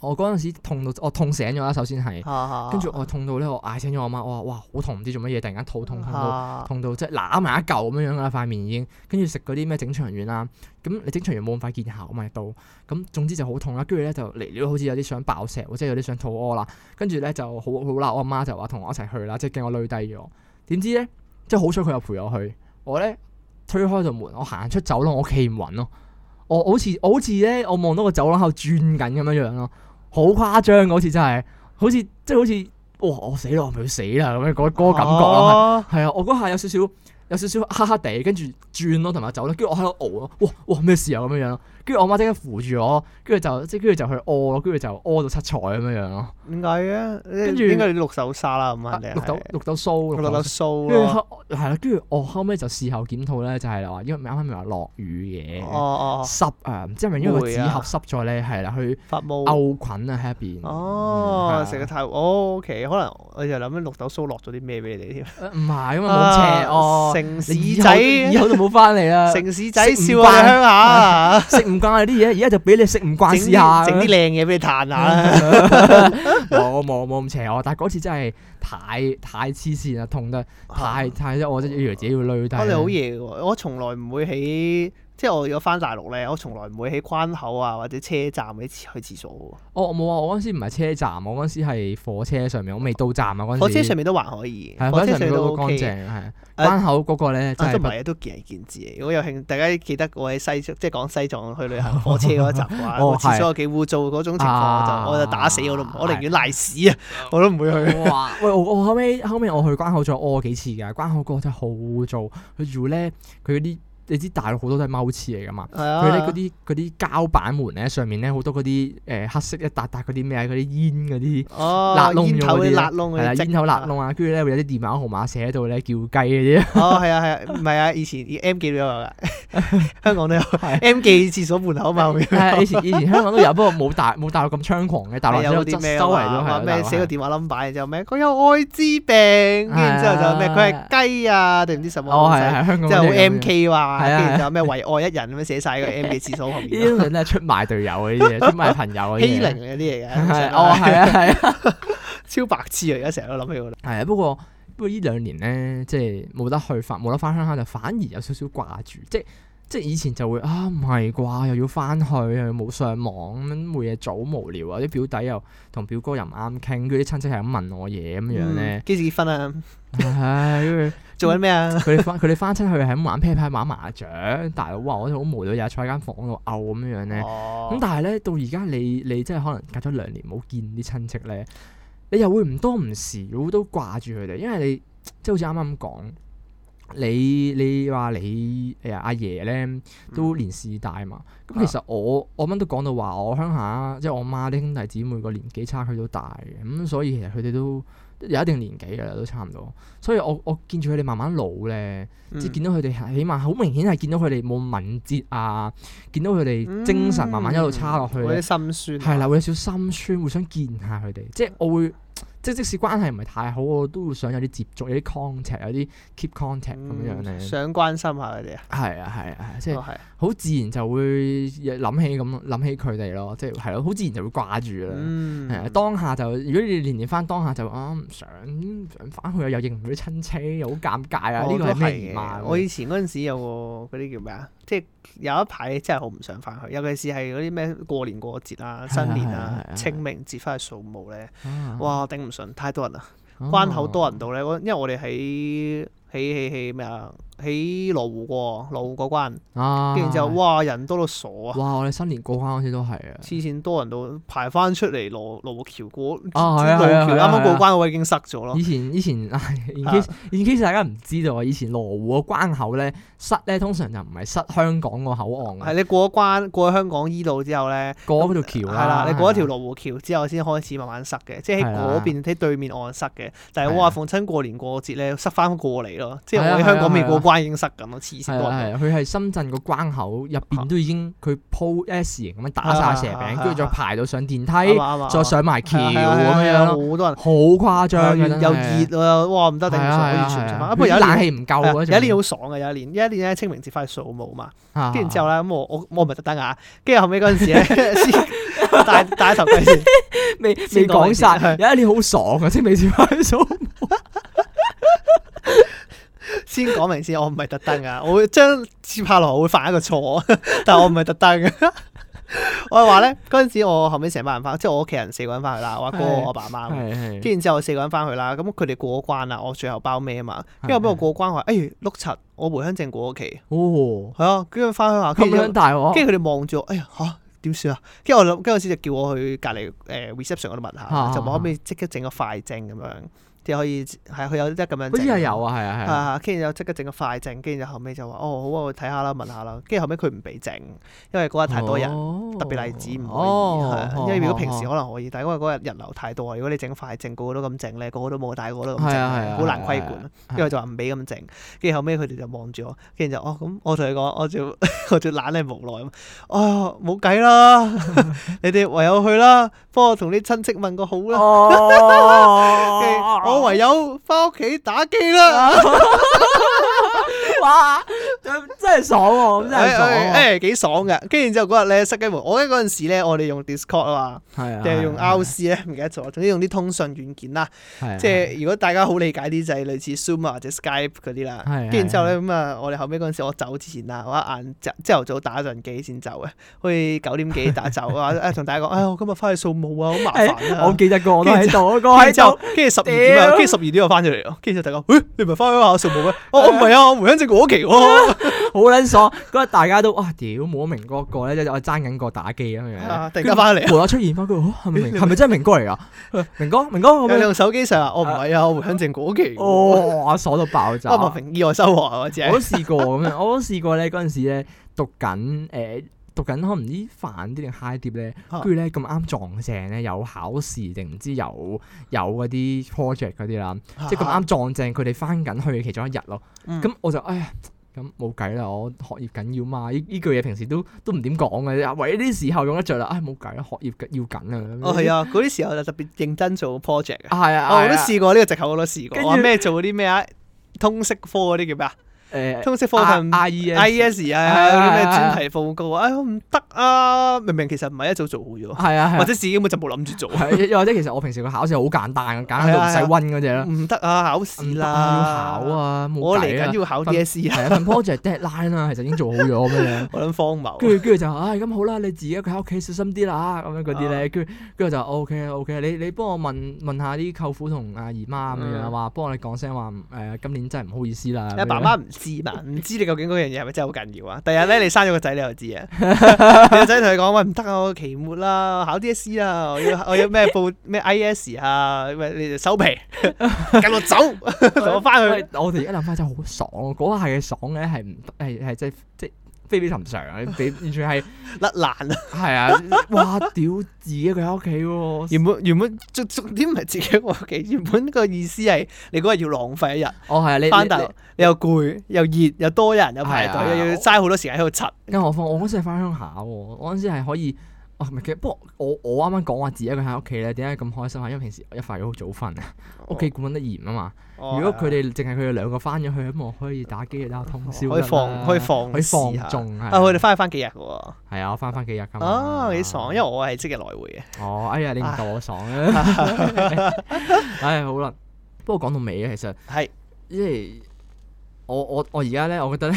A: 我嗰陣時痛到我痛醒咗啦，首先係，
B: 啊
A: 跟住我痛到咧，我嗌醒咗我媽，我話哇好痛，唔知做乜嘢，突然間肚痛痛到
B: 啊
A: 痛到即係揦埋一嚿咁樣樣啊啦，塊面已經，跟住食嗰啲咩整腸丸啦，咁你整腸丸冇咁快見效啊嘛，到咁總之就好痛啦，跟住咧就嚟了好似有啲想爆石喎，即係有啲想肚屙啦，跟住咧就好好啦，我阿媽就話同我一齊去啦，即係驚我累低咗，點知咧即係好彩佢又陪我去，我咧推開道門，我行出走廊，我企唔穩咯，我我好似我好似咧我望到個走廊喺度轉緊咁樣樣咯，好誇張嗰次真係，好似即係好似哇我死啦，我咪要死啦咁樣嗰嗰個感覺咯。
B: 哦
A: 係啊，我嗰下有少少有少少黑黑地，跟住轉咯，同埋走咯，跟住我喺度熬咯，哇哇咩事啊咁樣樣咯，跟住我媽即刻扶住我，跟住就即係跟住就去屙咯，跟住就屙到七彩咁樣樣咯，
B: 點解嘅？跟
A: 跟
B: 住
A: 住啊
B: 應該啊你綠豆沙啦，咁肯定
A: 綠豆綠豆酥，
B: 綠
A: 綠
B: 豆
A: 豆
B: 酥
A: 跟住
B: 咯。
A: 後係啦，跟住我後尾就事後檢討咧，就係話因為啱啱咪話落雨嘅。
B: 哦哦，哦
A: 濕啊，唔知係咪因為個
B: 會
A: 紙
B: 啊
A: 盒濕咗咧，係啦，去
B: 發毛。
A: 漚菌啊喺入邊。
B: 哦
A: 嗯，
B: 食
A: 係
B: 得
A: 啊
B: 太哦，OK，可能我就諗緊綠豆酥落咗啲咩俾 你哋添。
A: 呃唔係咁啊，冇邪惡。
B: 城市
A: 你以後以
B: 仔，
A: 後就冇翻嚟啦。
B: 城市仔
A: 食唔
B: 笑我哋
A: 慣
B: 鄉下，
A: 食唔慣啊你啲嘢，而家就俾你食唔 慣
B: 整
A: 試下嗯咁樣。
B: 啲整啲靚嘢俾你彈下 啦。
A: 冇冇冇咁邪惡，但係嗰次真係太太黐線啦，痛得太太即我真係以為自己要累低。
B: 我哋哦啊好嘢喎！我從來唔會喺即係我如果翻大陸咧，我從來唔會喺關口啊或者車站嗰啲去廁所
A: 我我冇啊！我嗰陣時唔係車站，我嗰陣時係火車上面，我未到站啊嗰陣
B: 喎。
A: 時。
B: 火車上面都還可以，
A: 係啊
B: 火
A: 火
B: 車
A: 車
B: 上
A: 上
B: 面
A: 面
B: 都
A: 都
B: OK
A: 乾
B: 嘅。
A: 淨，係啊
B: 誒
A: 關口嗰個咧真
B: 啊，都
A: 係
B: 唔
A: 不
B: 係都見仁見智嘅。如果有興，大家記得我喺西即係講西藏去旅 行火車嗰一集嘅話，
A: 哦
B: 個廁所
A: 係
B: 有幾污糟嗰種情況，
A: 啊
B: 我就我就打死我都唔，我寧願賴屎啊，我都唔會去。
A: 哇！喂，我我後尾後尾我去關口再屙幾次㗎，關口嗰個真係好污糟。佢住咧，佢嗰啲你知大陸好多都係踎廁嚟㗎嘛。
B: 係
A: 佢咧
B: 啊
A: 嗰，啲嗰啲膠板門咧，上面咧好多嗰啲誒黑色一笪笪嗰啲咩啊，嗰啲煙嗰啲。
B: 哦，
A: 焫窿
B: 煙
A: 咗
B: 頭
A: 嗰啲
B: 嗰啲
A: 咧
B: 焫窿
A: 係
B: 嗰
A: 啦，
B: 啲
A: 煙口
B: 焫
A: 辣窿啊，跟住咧會有啲電話號碼寫到咧叫雞嗰啲，
B: 哦，係啊，係啊，唔係啊，以前 M 記都有 㗎，香港都有
A: 係
B: M 記廁所門口嘛，會 有
A: 係啊以前以前香港都有，不過冇大冇大陸咁猖狂 嘅，大陸
B: 有
A: 有
B: 啲
A: 啲
B: 咩
A: 周圍
B: 啊
A: 都
B: 話
A: 係
B: 咩寫個
A: 電
B: 電話 number，然之後咩佢有愛滋病，跟住之後就咩佢係雞啊定唔知什麼
A: 哦
B: 東
A: 係
B: 西，
A: 係香港
B: 即係好
A: 都有
B: M K 話，
A: 係啊
B: 跟住就咩為愛一人咁樣寫晒個 M 記廁所 旁
A: 呢
B: 邊，
A: 啲人咧出賣隊友嘅呢 啲嘢，出賣朋友嘅
B: 欺凌啊嗰啲嚟嘅，
A: 啊 係哦係啊係啊
B: 超白痴啊！而家成日都諗起我哋，
A: 係啊，不過不過呢兩年咧，即係冇得去翻冇得翻鄉下，就反而有少少掛住，即係。即係以前就會啊，唔係啩？又要翻去，又冇上網咁樣，冇嘢做，好無聊啊！啲表弟又同表哥又唔啱傾，跟住啲親戚係咁問我嘢咁樣咧
B: 嗯，幾時結婚啊？
A: 唉，跟住
B: 做緊咩啊？
A: 佢哋翻佢哋翻親去係咁玩啤牌玩麻雀，大佬話我哋好無聊，日日坐喺間房度漚咁樣樣咧。咁、
B: 哦，
A: 但係咧，到而家你你真係可能隔咗兩年冇見啲親戚咧，你又會唔多唔少都掛住佢哋，因為你即係好似啱啱咁講，你你話你誒阿爺咧
B: 嗯
A: 都年事大嘛。咁、其
B: 啊
A: 實我我啱啱都講到話，我鄉下即係我媽啲兄弟姊妹個年紀差距都大嘅，咁所以其實佢哋都有一定年紀㗎啦，都差唔多。所以我我見住佢哋慢慢老咧。
B: 嗯
A: 即係見到佢哋係起碼好明顯係見到佢哋冇敏捷啊，見到佢哋精神慢慢一路差落去
B: 嗯
A: 呢，
B: 我啲心酸
A: 係啦、會有少少心酸，會想見下佢哋。即係我會，即係即使關係唔係太好，我都會想有啲接觸，有啲 contact，有啲 keep contact 咁樣樣咧。
B: 嗯想關心下佢哋啊，
A: 係啊係啊，即係
B: 都係，
A: 好自然就會諗起咁諗起佢哋咯，即係係咯，好自然就會掛住啦。
B: 嗯，
A: 係啊，當下就如果你年年翻當下就啊唔想想翻去啊，又認唔到啲親戚，又好尷尬啊！
B: 我
A: 呢個
B: 都
A: 係咩姨媽
B: 嘅
A: 咁
B: 我
A: 樣
B: 以前嗰陣時有個嗰啲叫咩啊？即係有一排真係好唔想翻去，尤其是係嗰啲咩過年過節啊、
A: 係啊
B: 新年
A: 係啊
B: 啊
A: 係、啊
B: 清明節翻去掃墓咧，
A: 啊
B: 哇頂唔順，太多人啦，
A: 哦
B: 關口多人到咧，我因為我哋喺喺喺喺咩啊？喺羅湖過羅湖過關，
A: 啊！
B: 跟住之後哇人多到傻啊！
A: 哇！我哋新年過關嗰時都係啊，
B: 黐線多人到排翻出嚟羅羅湖橋過，羅湖
A: 啊係啊係啊
B: 橋啱啱過
A: 係啊
B: 關嗰位已經塞咗咯
A: 以。前以前 ，in
B: 啊
A: case in case 大家唔知道啊，以前羅湖個關口咧塞咧，通常就唔係塞香港個口岸
B: 係
A: 嘅，
B: 你過咗關過咗香港依度之後咧。
A: 過嗰條橋
B: 係
A: 啦。
B: 啦，你過一條
A: 路，
B: 羅湖橋之後先開始慢慢塞嘅，即係喺
A: 啊係
B: 嗰
A: 啦
B: 邊喺對面岸塞嘅。但係
A: 係
B: 哇，
A: 啊
B: 逢親過年過節咧，塞翻過嚟咯，即係
A: 係啊
B: 我喺
A: 係啊
B: 香港未過關已經塞緊咯，黐
A: 係
B: 線多
A: 啊
B: 人
A: 係啊，佢係深圳個關口入
B: 啊
A: 邊都已經佢鋪 S 型咁樣打晒蛇餅，跟住再
B: 啊
A: 排到上電
B: 到，啱
A: 梯，
B: 啊啱啊
A: 再上埋橋
B: 係啊
A: 咁
B: 係啊係
A: 樣
B: 啊
A: 樣
B: 好
A: 咯，
B: 多人。
A: 好誇
B: 係啊
A: 張嘅真係
B: 又熱啊！哇，唔得頂唔順，我完全唔想翻。啊不過有一
A: 啲冷
B: 年
A: 氣唔夠
B: 係啊
A: 嗰陣，
B: 有一年好爽嘅，有一年有一年咧清明節翻去掃墓嘛，
A: 好
B: 跟住之後咧咁我我我唔係特登啊，跟住後尾嗰陣時 咧先戴戴頭盔先，
A: 未
B: 先
A: 未
B: 講
A: 講
B: 先
A: 晒，有一年好爽啊，清明節翻數，
B: 先講明先，我唔係特登啊，我會將接下來我會犯一個錯， 但我唔係特登嘅。 我係話咧嗰陣時我後尾成班人翻，即係我屋企人四個人翻去啦，我阿哥
A: 係
B: 我爸媽咁。
A: 係
B: 跟住然之後我四個人翻去啦，咁佢哋過咗關啦，我最後包咩啊嘛，跟住後
A: 係
B: 尾我過關我話，哎碌柒，我回鄉證過咗期，
A: 哦，
B: 係啊，跟住翻鄉下，
A: 咁
B: 跟住就
A: 樣大鑊
B: 跟住佢哋望住我，哎呀嚇點算啊？跟住我諗，跟住嗰時就叫我去隔離誒呃 reception 嗰度問下，
A: 啊
B: 就話可唔可以即刻整個快證咁樣，即係可以係佢有得咁樣整。
A: 好似係有啊，係啊係啊，
B: 啊，跟住就即刻整個快證，跟住就後尾就話哦好啊，我睇下啦，問下啦。跟住後尾佢唔俾整，因為嗰日啊太多人，
A: 哦
B: 特別例子唔可以。係
A: 哦
B: 啊
A: 哦
B: 因為如果平時
A: 哦
B: 可能可以，但係因為嗰日人流太多，如果你整快證，個個都咁整咧，個個都冇帶，個個都咁
A: 係啊係
B: 整，
A: 啊
B: 好難
A: 係
B: 規
A: 啊
B: 管
A: 係啊。
B: 因為就話唔俾咁整，跟住後尾佢哋就望住我，跟住就哦咁，我同佢講，我就 我就懶係無奈咁，哦冇計 啦，你哋唯有去啦，幫我同啲親戚問個好啦，跟住
A: 哦
B: 我唯有翻屋企打機啦，
A: 哇，真係爽喎，
B: 哎
A: 咁真係爽啊
B: 誒
A: 喎，
B: 誒幾爽嘅，跟住然之後嗰日咧塞雞門，我咧嗰陣時咧我哋用 Discord 啊嘛，
A: 係啊，
B: 定係用
A: 係啊
B: RC 咧唔記得咗，總之用啲通訊軟件啦。
A: 係啊
B: 即係如果大家好理解啲就係類似 Zoom 啊或者 Skype 嗰啲啦，
A: 係
B: 跟住之後咧咁啊，我哋後尾嗰陣時我走之前啦，我一晏晝朝頭早打陣機先走嘅，好似九點幾打走啊，誒 同大家講，哎呀我今日翻去掃墓啊，好麻煩
A: 哎我
B: 啊。
A: 記得個我都喺度，我個
B: 跟
A: 喺
B: 住之後
A: 度，，
B: 跟住十二點啊，
A: 屌
B: 跟住十二點我翻咗嚟咯，跟住就大家，誒你唔係翻鄉下掃墓咩？我我唔係啊，我回鄉證過期喎。
A: 好撚爽。嗰日大家都哇屌，冇咗明哥個咧，即係我爭緊個打機咁樣。
B: 啊突然間翻嚟啊
A: 跟住無啦啦出現翻佢，哦係 咪明係咪真係明哥嚟㗎？明哥，明哥咁
B: 有你
A: 樣，
B: 用手機上啊，我唔係啊，我回鄉證過期喎。我
A: 哦，我爽到爆炸。
B: 文平意外收穫啊，我只
A: 我都
B: 係
A: 試過咁樣，我都試過咧嗰陣時咧讀緊誒、呃、讀緊可能唔知飯啲定 high 碟咧，
B: 啊
A: 跟住咧咁啱撞正咧有考試定唔知有有嗰啲 project 嗰啲啦，即係咁啱撞正佢哋翻緊去嘅其中一日咯。
B: 啊嗯
A: 咁、我就哎呀咁冇計啦，我學業緊要嘛，呢呢句嘢平時都都唔點講嘅，唯呢啲時候用得着啦。唉冇計啦，學業要緊啊。
B: 哦係啊，嗰啲時候就特別認真做 project 啊。
A: 啊，係啊，
B: 哦，我
A: 係
B: 都
A: 啊
B: 試過呢個藉口，我都試過。
A: 跟
B: 我話
A: 住
B: 咩做嗰啲咩啊？通識科嗰啲叫咩啊？
A: 誒
B: 通識科同
A: I E S
B: IES 啊，
A: 係
B: 嗰啲
A: 係
B: 咩
A: 係
B: 專題報告啊？哎呀，唔得啊！明明其實唔係一早做好咗，
A: 係啊，係
B: 或
A: 啊
B: 者自己根本就冇諗住做，
A: 係又或者其實我平時個考試好簡單嘅，簡單到唔使温嗰只啦。
B: 啊唔得啊！考試啦，
A: 唔得啊要考！啊，冇
B: 我嚟
A: 計啊
B: 緊要考
A: 份
B: DSE 啊！
A: 係啊，份 project deadline 啦，其實已經做好咗咁樣。
B: 我諗荒
A: 跟
B: 謬啊。
A: 住跟住就唉咁好啦，你自己一個喺屋企小心啲啦咁樣嗰啲
B: 啊
A: 咧，跟住跟住就 O K O K，你你幫我問問下啲舅父同阿姨媽咁樣
B: 嗯
A: 話，幫我哋講聲話嗯誒今年真係唔好意思啦。
B: 你阿爸媽唔知 嘛？唔知你究竟嗰樣嘢係咪真係好緊要啊？第日 咧你生咗個仔你就 知啊！你個仔同你講喂唔得啊，我期末啦，考 DSE 啦，我 要我要咩報咩 IES 啊，喂你哋收皮， 跟 我走，同我翻去
A: 喂，我哋而家諗翻真係好爽啊，嗰下嘅爽咧係唔係係即係即係非比尋常啊，你完全係
B: 甩爛啊！
A: 係啊，哇屌自己一個喺屋企喎。
B: 原本原本重重點唔係自己喺屋企，原本個意思係你嗰日要浪費一日，
A: 哦，係啊，你
B: 翻
A: 你
B: 大陸你又攰又熱又多人又排
A: 係啊
B: 隊，又要嘥好多時間喺度柒。
A: 更何況我嗰陣時係翻鄉下喎，我嗰陣時係可以，哦唔係嘅，不過我我啱啱講話自己一個喺屋企咧，點解咁開心啊？因為平時一發好早瞓啊，屋企管得嚴啊嘛。
B: 哦
A: 如果佢哋淨係佢哋兩個翻咗去，咁我可以打機打到通宵㗎啦。
B: 哦可以放可以放
A: 可以放
B: 肆下
A: 縱
B: 啊，佢
A: 係
B: 哋翻去翻幾日嘅喎。
A: 係啊，我翻翻幾日㗎嘛。
B: 啊，幾爽！因為我係即日來回
A: 哦，哎呀，你唔夠我爽啊！ 唉，好啦，不過講到尾咧，啊其實
B: 嘅，係
A: 即係我我我而家咧，我覺得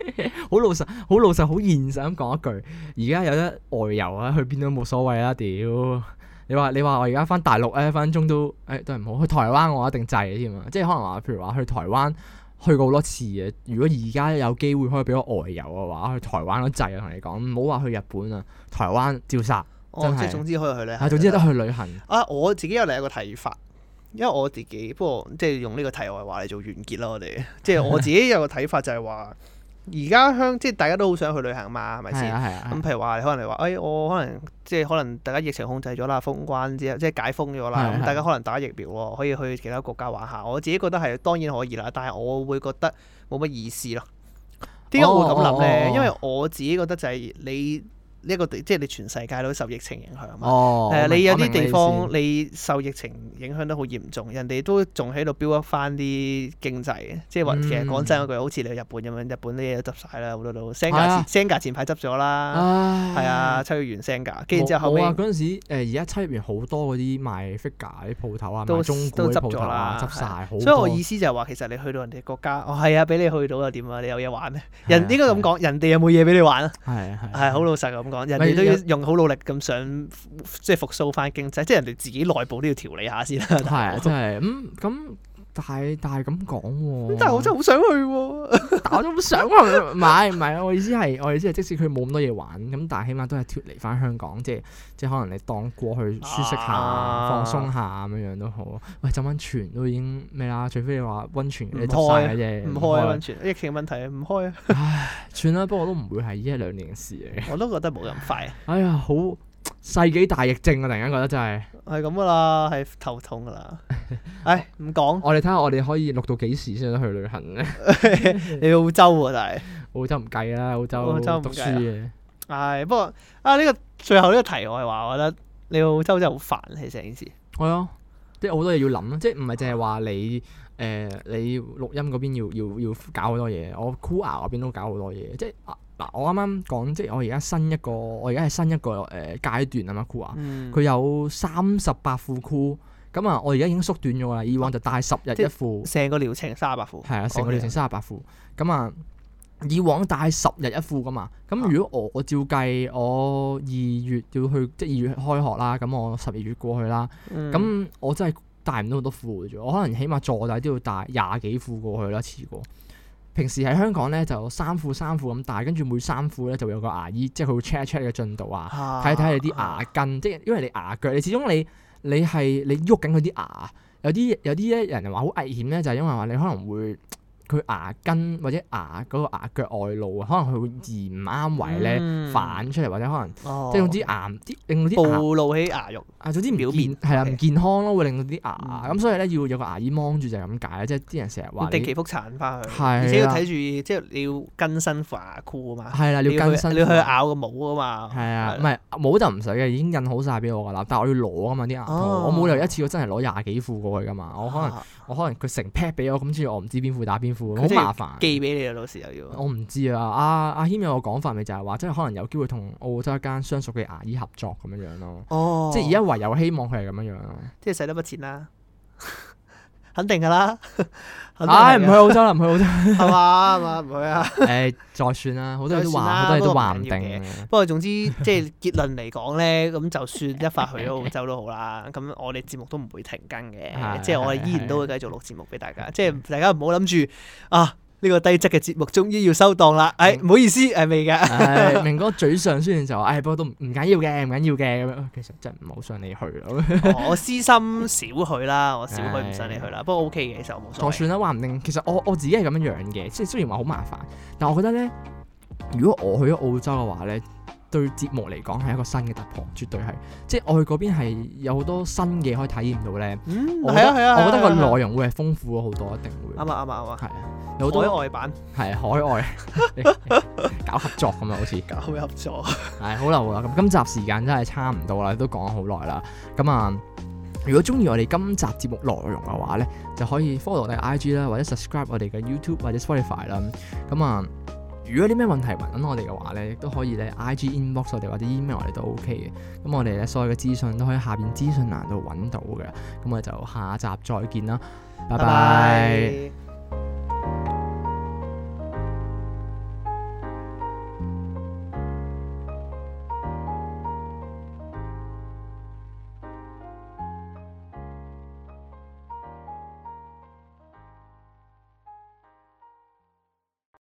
A: 咧好老實，好老實，好現實咁講一句，而家有得外遊啊，去邊都冇所謂啦，屌！你話你話我而家翻大陸咧，分分鐘都誒、哎都係唔好去台灣，我一定制添啊！即係可能話，譬如話去台灣去過好多次嘅。如果而家有機會可以俾我外遊嘅話，去台灣都制啊！同你講，唔好話去日本啊，台灣照殺。
B: 哦
A: 真，係
B: 即係總之可以去旅
A: 啊，
B: 行。
A: 總之有得去旅行。
B: 啊，我自己有另一個睇法，因為我自 己不過即係用呢個題外話嚟做完結啦。我哋即係我自己有個睇法就係話，而家香即係大家都好想去旅行嘛，係咪
A: 係
B: 先？
A: 啊係啊，
B: 咁譬如話，可能你話，誒、我可能即係可能大家疫情控制咗啦，封關之後，即係解封咗啦，
A: 係
B: 咁
A: 係
B: 大家可能打疫苗喎，可以去其他國家玩下。我自己覺得係當然可以啦，但係我會覺得冇乜意思咯。點解我會咁諗
A: 哦哦哦
B: 咧？因為我自己覺得就係你呢一個地，即係你全世界都受疫情影響嘛。
A: 哦
B: 誒、，
A: 我明
B: 你有
A: 我
B: 啲
A: 明你
B: 地
A: 意
B: 方
A: 思
B: 你受疫情影響得好嚴重，人哋都仲喺度 build up 翻啲經濟，即係
A: 嗯
B: 話其實講真嗰句，好似你去日本咁樣，日本啲嘢都執晒啦，好多都 s e n
A: 係啊
B: g 前排執咗啦，
A: 唉
B: 係啊，秋月完 s e n 跟住之
A: 嗯
B: 後後
A: 冇
B: 尾
A: 冇啊！嗰陣時，誒而家七入面好多嗰啲賣 figure 啲鋪頭啊，
B: 都
A: 賣中古
B: 都
A: 啲
B: 執
A: 鋪頭
B: 咗
A: 啊，
B: 啦，
A: 執晒好多。
B: 所以我意思就係話，其實你去到人哋國家，哦係啊，俾你去到又點啊？你有嘢玩咩？
A: 係啊
B: 人應該咁講，人哋有冇嘢俾你玩啊？
A: 係啊係啊
B: 係好老實咁講，人
A: 咪
B: 哋都要
A: 有
B: 用好努力咁想即係復甦翻經濟，即係人哋自己內部都要調理下先 啦。
A: 係啊，真係咁咁，但係但係咁講喎。
B: 咁但係我真係好想去喎。
A: 但我都唔 想去，唔係唔係，我意思係我意思係，即使佢冇咁多嘢玩，咁但係起碼都係脱離翻香港，即係即係可能你當過去舒適下、放
B: 啊
A: 鬆下咁樣樣都好。喂，浸温泉都已經咩啦？除非你話温泉
B: 唔
A: 你執晒
B: 開
A: 啫，
B: 唔開啊温泉，疫情問題唔開啊，
A: 唉，算啦，不過都唔會係呢一兩年嘅事嚟嘅。
B: 我都覺得冇咁 快，
A: 哎呀，好世紀大疫症啊！突然間覺得真係，
B: 係咁噶啦，係頭痛 噶啦。唉，唔講，
A: 我哋睇下我哋可以錄到幾時先得去旅行 咧？
B: 你去澳洲喎，但係，
A: 澳洲唔計啦，澳洲
B: 澳洲唔
A: 讀書
B: 計啊
A: 嘅，
B: 唉，不過啊，呢個最後呢個題外話，我覺得你去澳洲真係好煩，其實成件事。
A: 係啊，即係好多嘢要諗啊咯，即係唔係淨係
B: 啊
A: 話你誒、呃你錄音嗰邊要要要搞好多嘢，我 cool 嗰邊都搞好多嘢，即係啊嗱，我啱啱講即係我而家新一個，我而家係新一個誒、呃、階段啊嘛 cool
B: 嗯
A: 佢有三十八副 cool，咁啊我而家已經縮短咗啦，以往就戴十日
B: 即
A: 一副。
B: 成個療程三十八副，
A: 係啊，成個
B: 講
A: 療
B: 起
A: 程
B: 嚟
A: 三十八副。咁啊，以往戴十日一副噶嘛。咁
B: 啊
A: 如果我我照計，我二月要去即係二月開學啦，咁我十二月過去啦。
B: 嗯
A: 咁、我真係戴唔到好多副嘅啫。我可能起碼坐底都要戴廿幾副過去啦，一次過。平時喺香港咧就三副三副咁戴，跟住每三副咧就會有個牙醫，即係佢會 check 一 check 你嘅進度啊。
B: 啊
A: 睇睇你啲牙根，即係因為你牙腳，你始終你你係你喐緊佢啲牙，有啲有啲咧人話好危險咧，就係、因為話你可能會佢牙根或者牙嗰、個牙腳外露啊，可能佢會移唔啱位咧、
B: 嗯
A: 反出嚟，或者可能
B: 哦
A: 即係用啲牙啲令到啲牙
B: 暴露起牙肉，
A: 啊，總之唔
B: 表
A: 健
B: 面
A: 係啦，
B: OK
A: 唔健康咯，會令到啲牙
B: 嗯
A: 咁，所以咧要有個牙醫掹住就係咁解啦，即係啲人成日話
B: 定
A: 你
B: 期復殘翻去，
A: 係
B: 而且要
A: 啦
B: 睇住，即係你要更新副牙箍啊嘛，
A: 係啦，你
B: 你
A: 要更
B: 去
A: 新
B: 你要去
A: 牙
B: 咬個帽啊嘛，
A: 係啊，
B: 係
A: 唔係冇就唔使嘅，已經印好晒俾我噶啦。但係我要攞噶啊嘛啲牙套，
B: 哦
A: 我冇理由一次過真係攞廿幾副過去噶嘛。我可能
B: 啊
A: 我可能佢成 pack 俾我，咁之後我唔知邊副打邊副，好
B: 佢真係
A: 麻煩。
B: 寄俾你啊，到時又要。
A: 我唔知啊，阿阿軒有個講法咪就係話，即係可能有機會同澳洲一間相熟嘅牙醫合作咁樣樣咯。
B: 哦
A: 即係而家唯有希望佢係咁樣樣咯。
B: 即係使得筆錢啦， 肯定噶啦，肯定
A: 唉，唔去
B: 啊係
A: 澳洲啦，唔去 澳洲。
B: 㗎係嘛係嘛唔去啊。
A: 誒，再算啦，好多嘢都話，好多嘢都話唔定嘅。
B: 不過 總之即係結論嚟講咧，咁就算一發去咗澳洲都好啦，咁我哋節目都唔會停更
A: 係
B: 嘅，即係我哋依然都會繼續錄節目俾大家。即係大家唔好諗住啊呢個低質嘅節目終於要收檔啦，
A: 嗯
B: 誒唔好意思誒未 㗎。
A: 唉，明哥嘴上雖然就話，唉，不過都唔唔緊要嘅，唔緊要嘅咁樣。其實真係唔好想你去咯。
B: 我私心少去啦，我少去唔想你去啦，不過 OK 嘅，其實我冇
A: 再
B: 所謂。
A: 算啦，話唔定其實我我自己係咁樣樣嘅，即係雖然話好麻煩，但我覺得咧，如果我去咗澳洲嘅話咧，對節目嚟講係一個新嘅突破，絕對係。即係我去嗰邊係有好多新嘢可以體驗到咧。
B: 嗯，
A: 我覺
B: 係
A: 得
B: 啊係啊，
A: 我覺得個
B: 係啊係啊
A: 內容會係豐富咗好多，一定會。
B: 啱啊啱啊啱啊，
A: 係啊，有好多
B: 海外版
A: 係海外 搞合作咁啊，好似。
B: 搞合作。
A: 係好啦好啦，咁今集時間真係差唔多啦，都講咗好耐啦。咁啊，如果中意我哋今集節目內容嘅話咧，就可以 follow 我哋 IG 啦，或者 subscribe 我哋嘅 YouTube 或者 Spotify 啦。咁啊，如果有啲咩問題問我哋嘅話咧，亦都可以咧 IG inbox 我哋或者 email 我哋都 OK 嘅。咁我哋咧所有嘅資訊都可以下邊資訊欄度揾到嘅。咁我哋就下集再見啦，拜拜。
B: 拜拜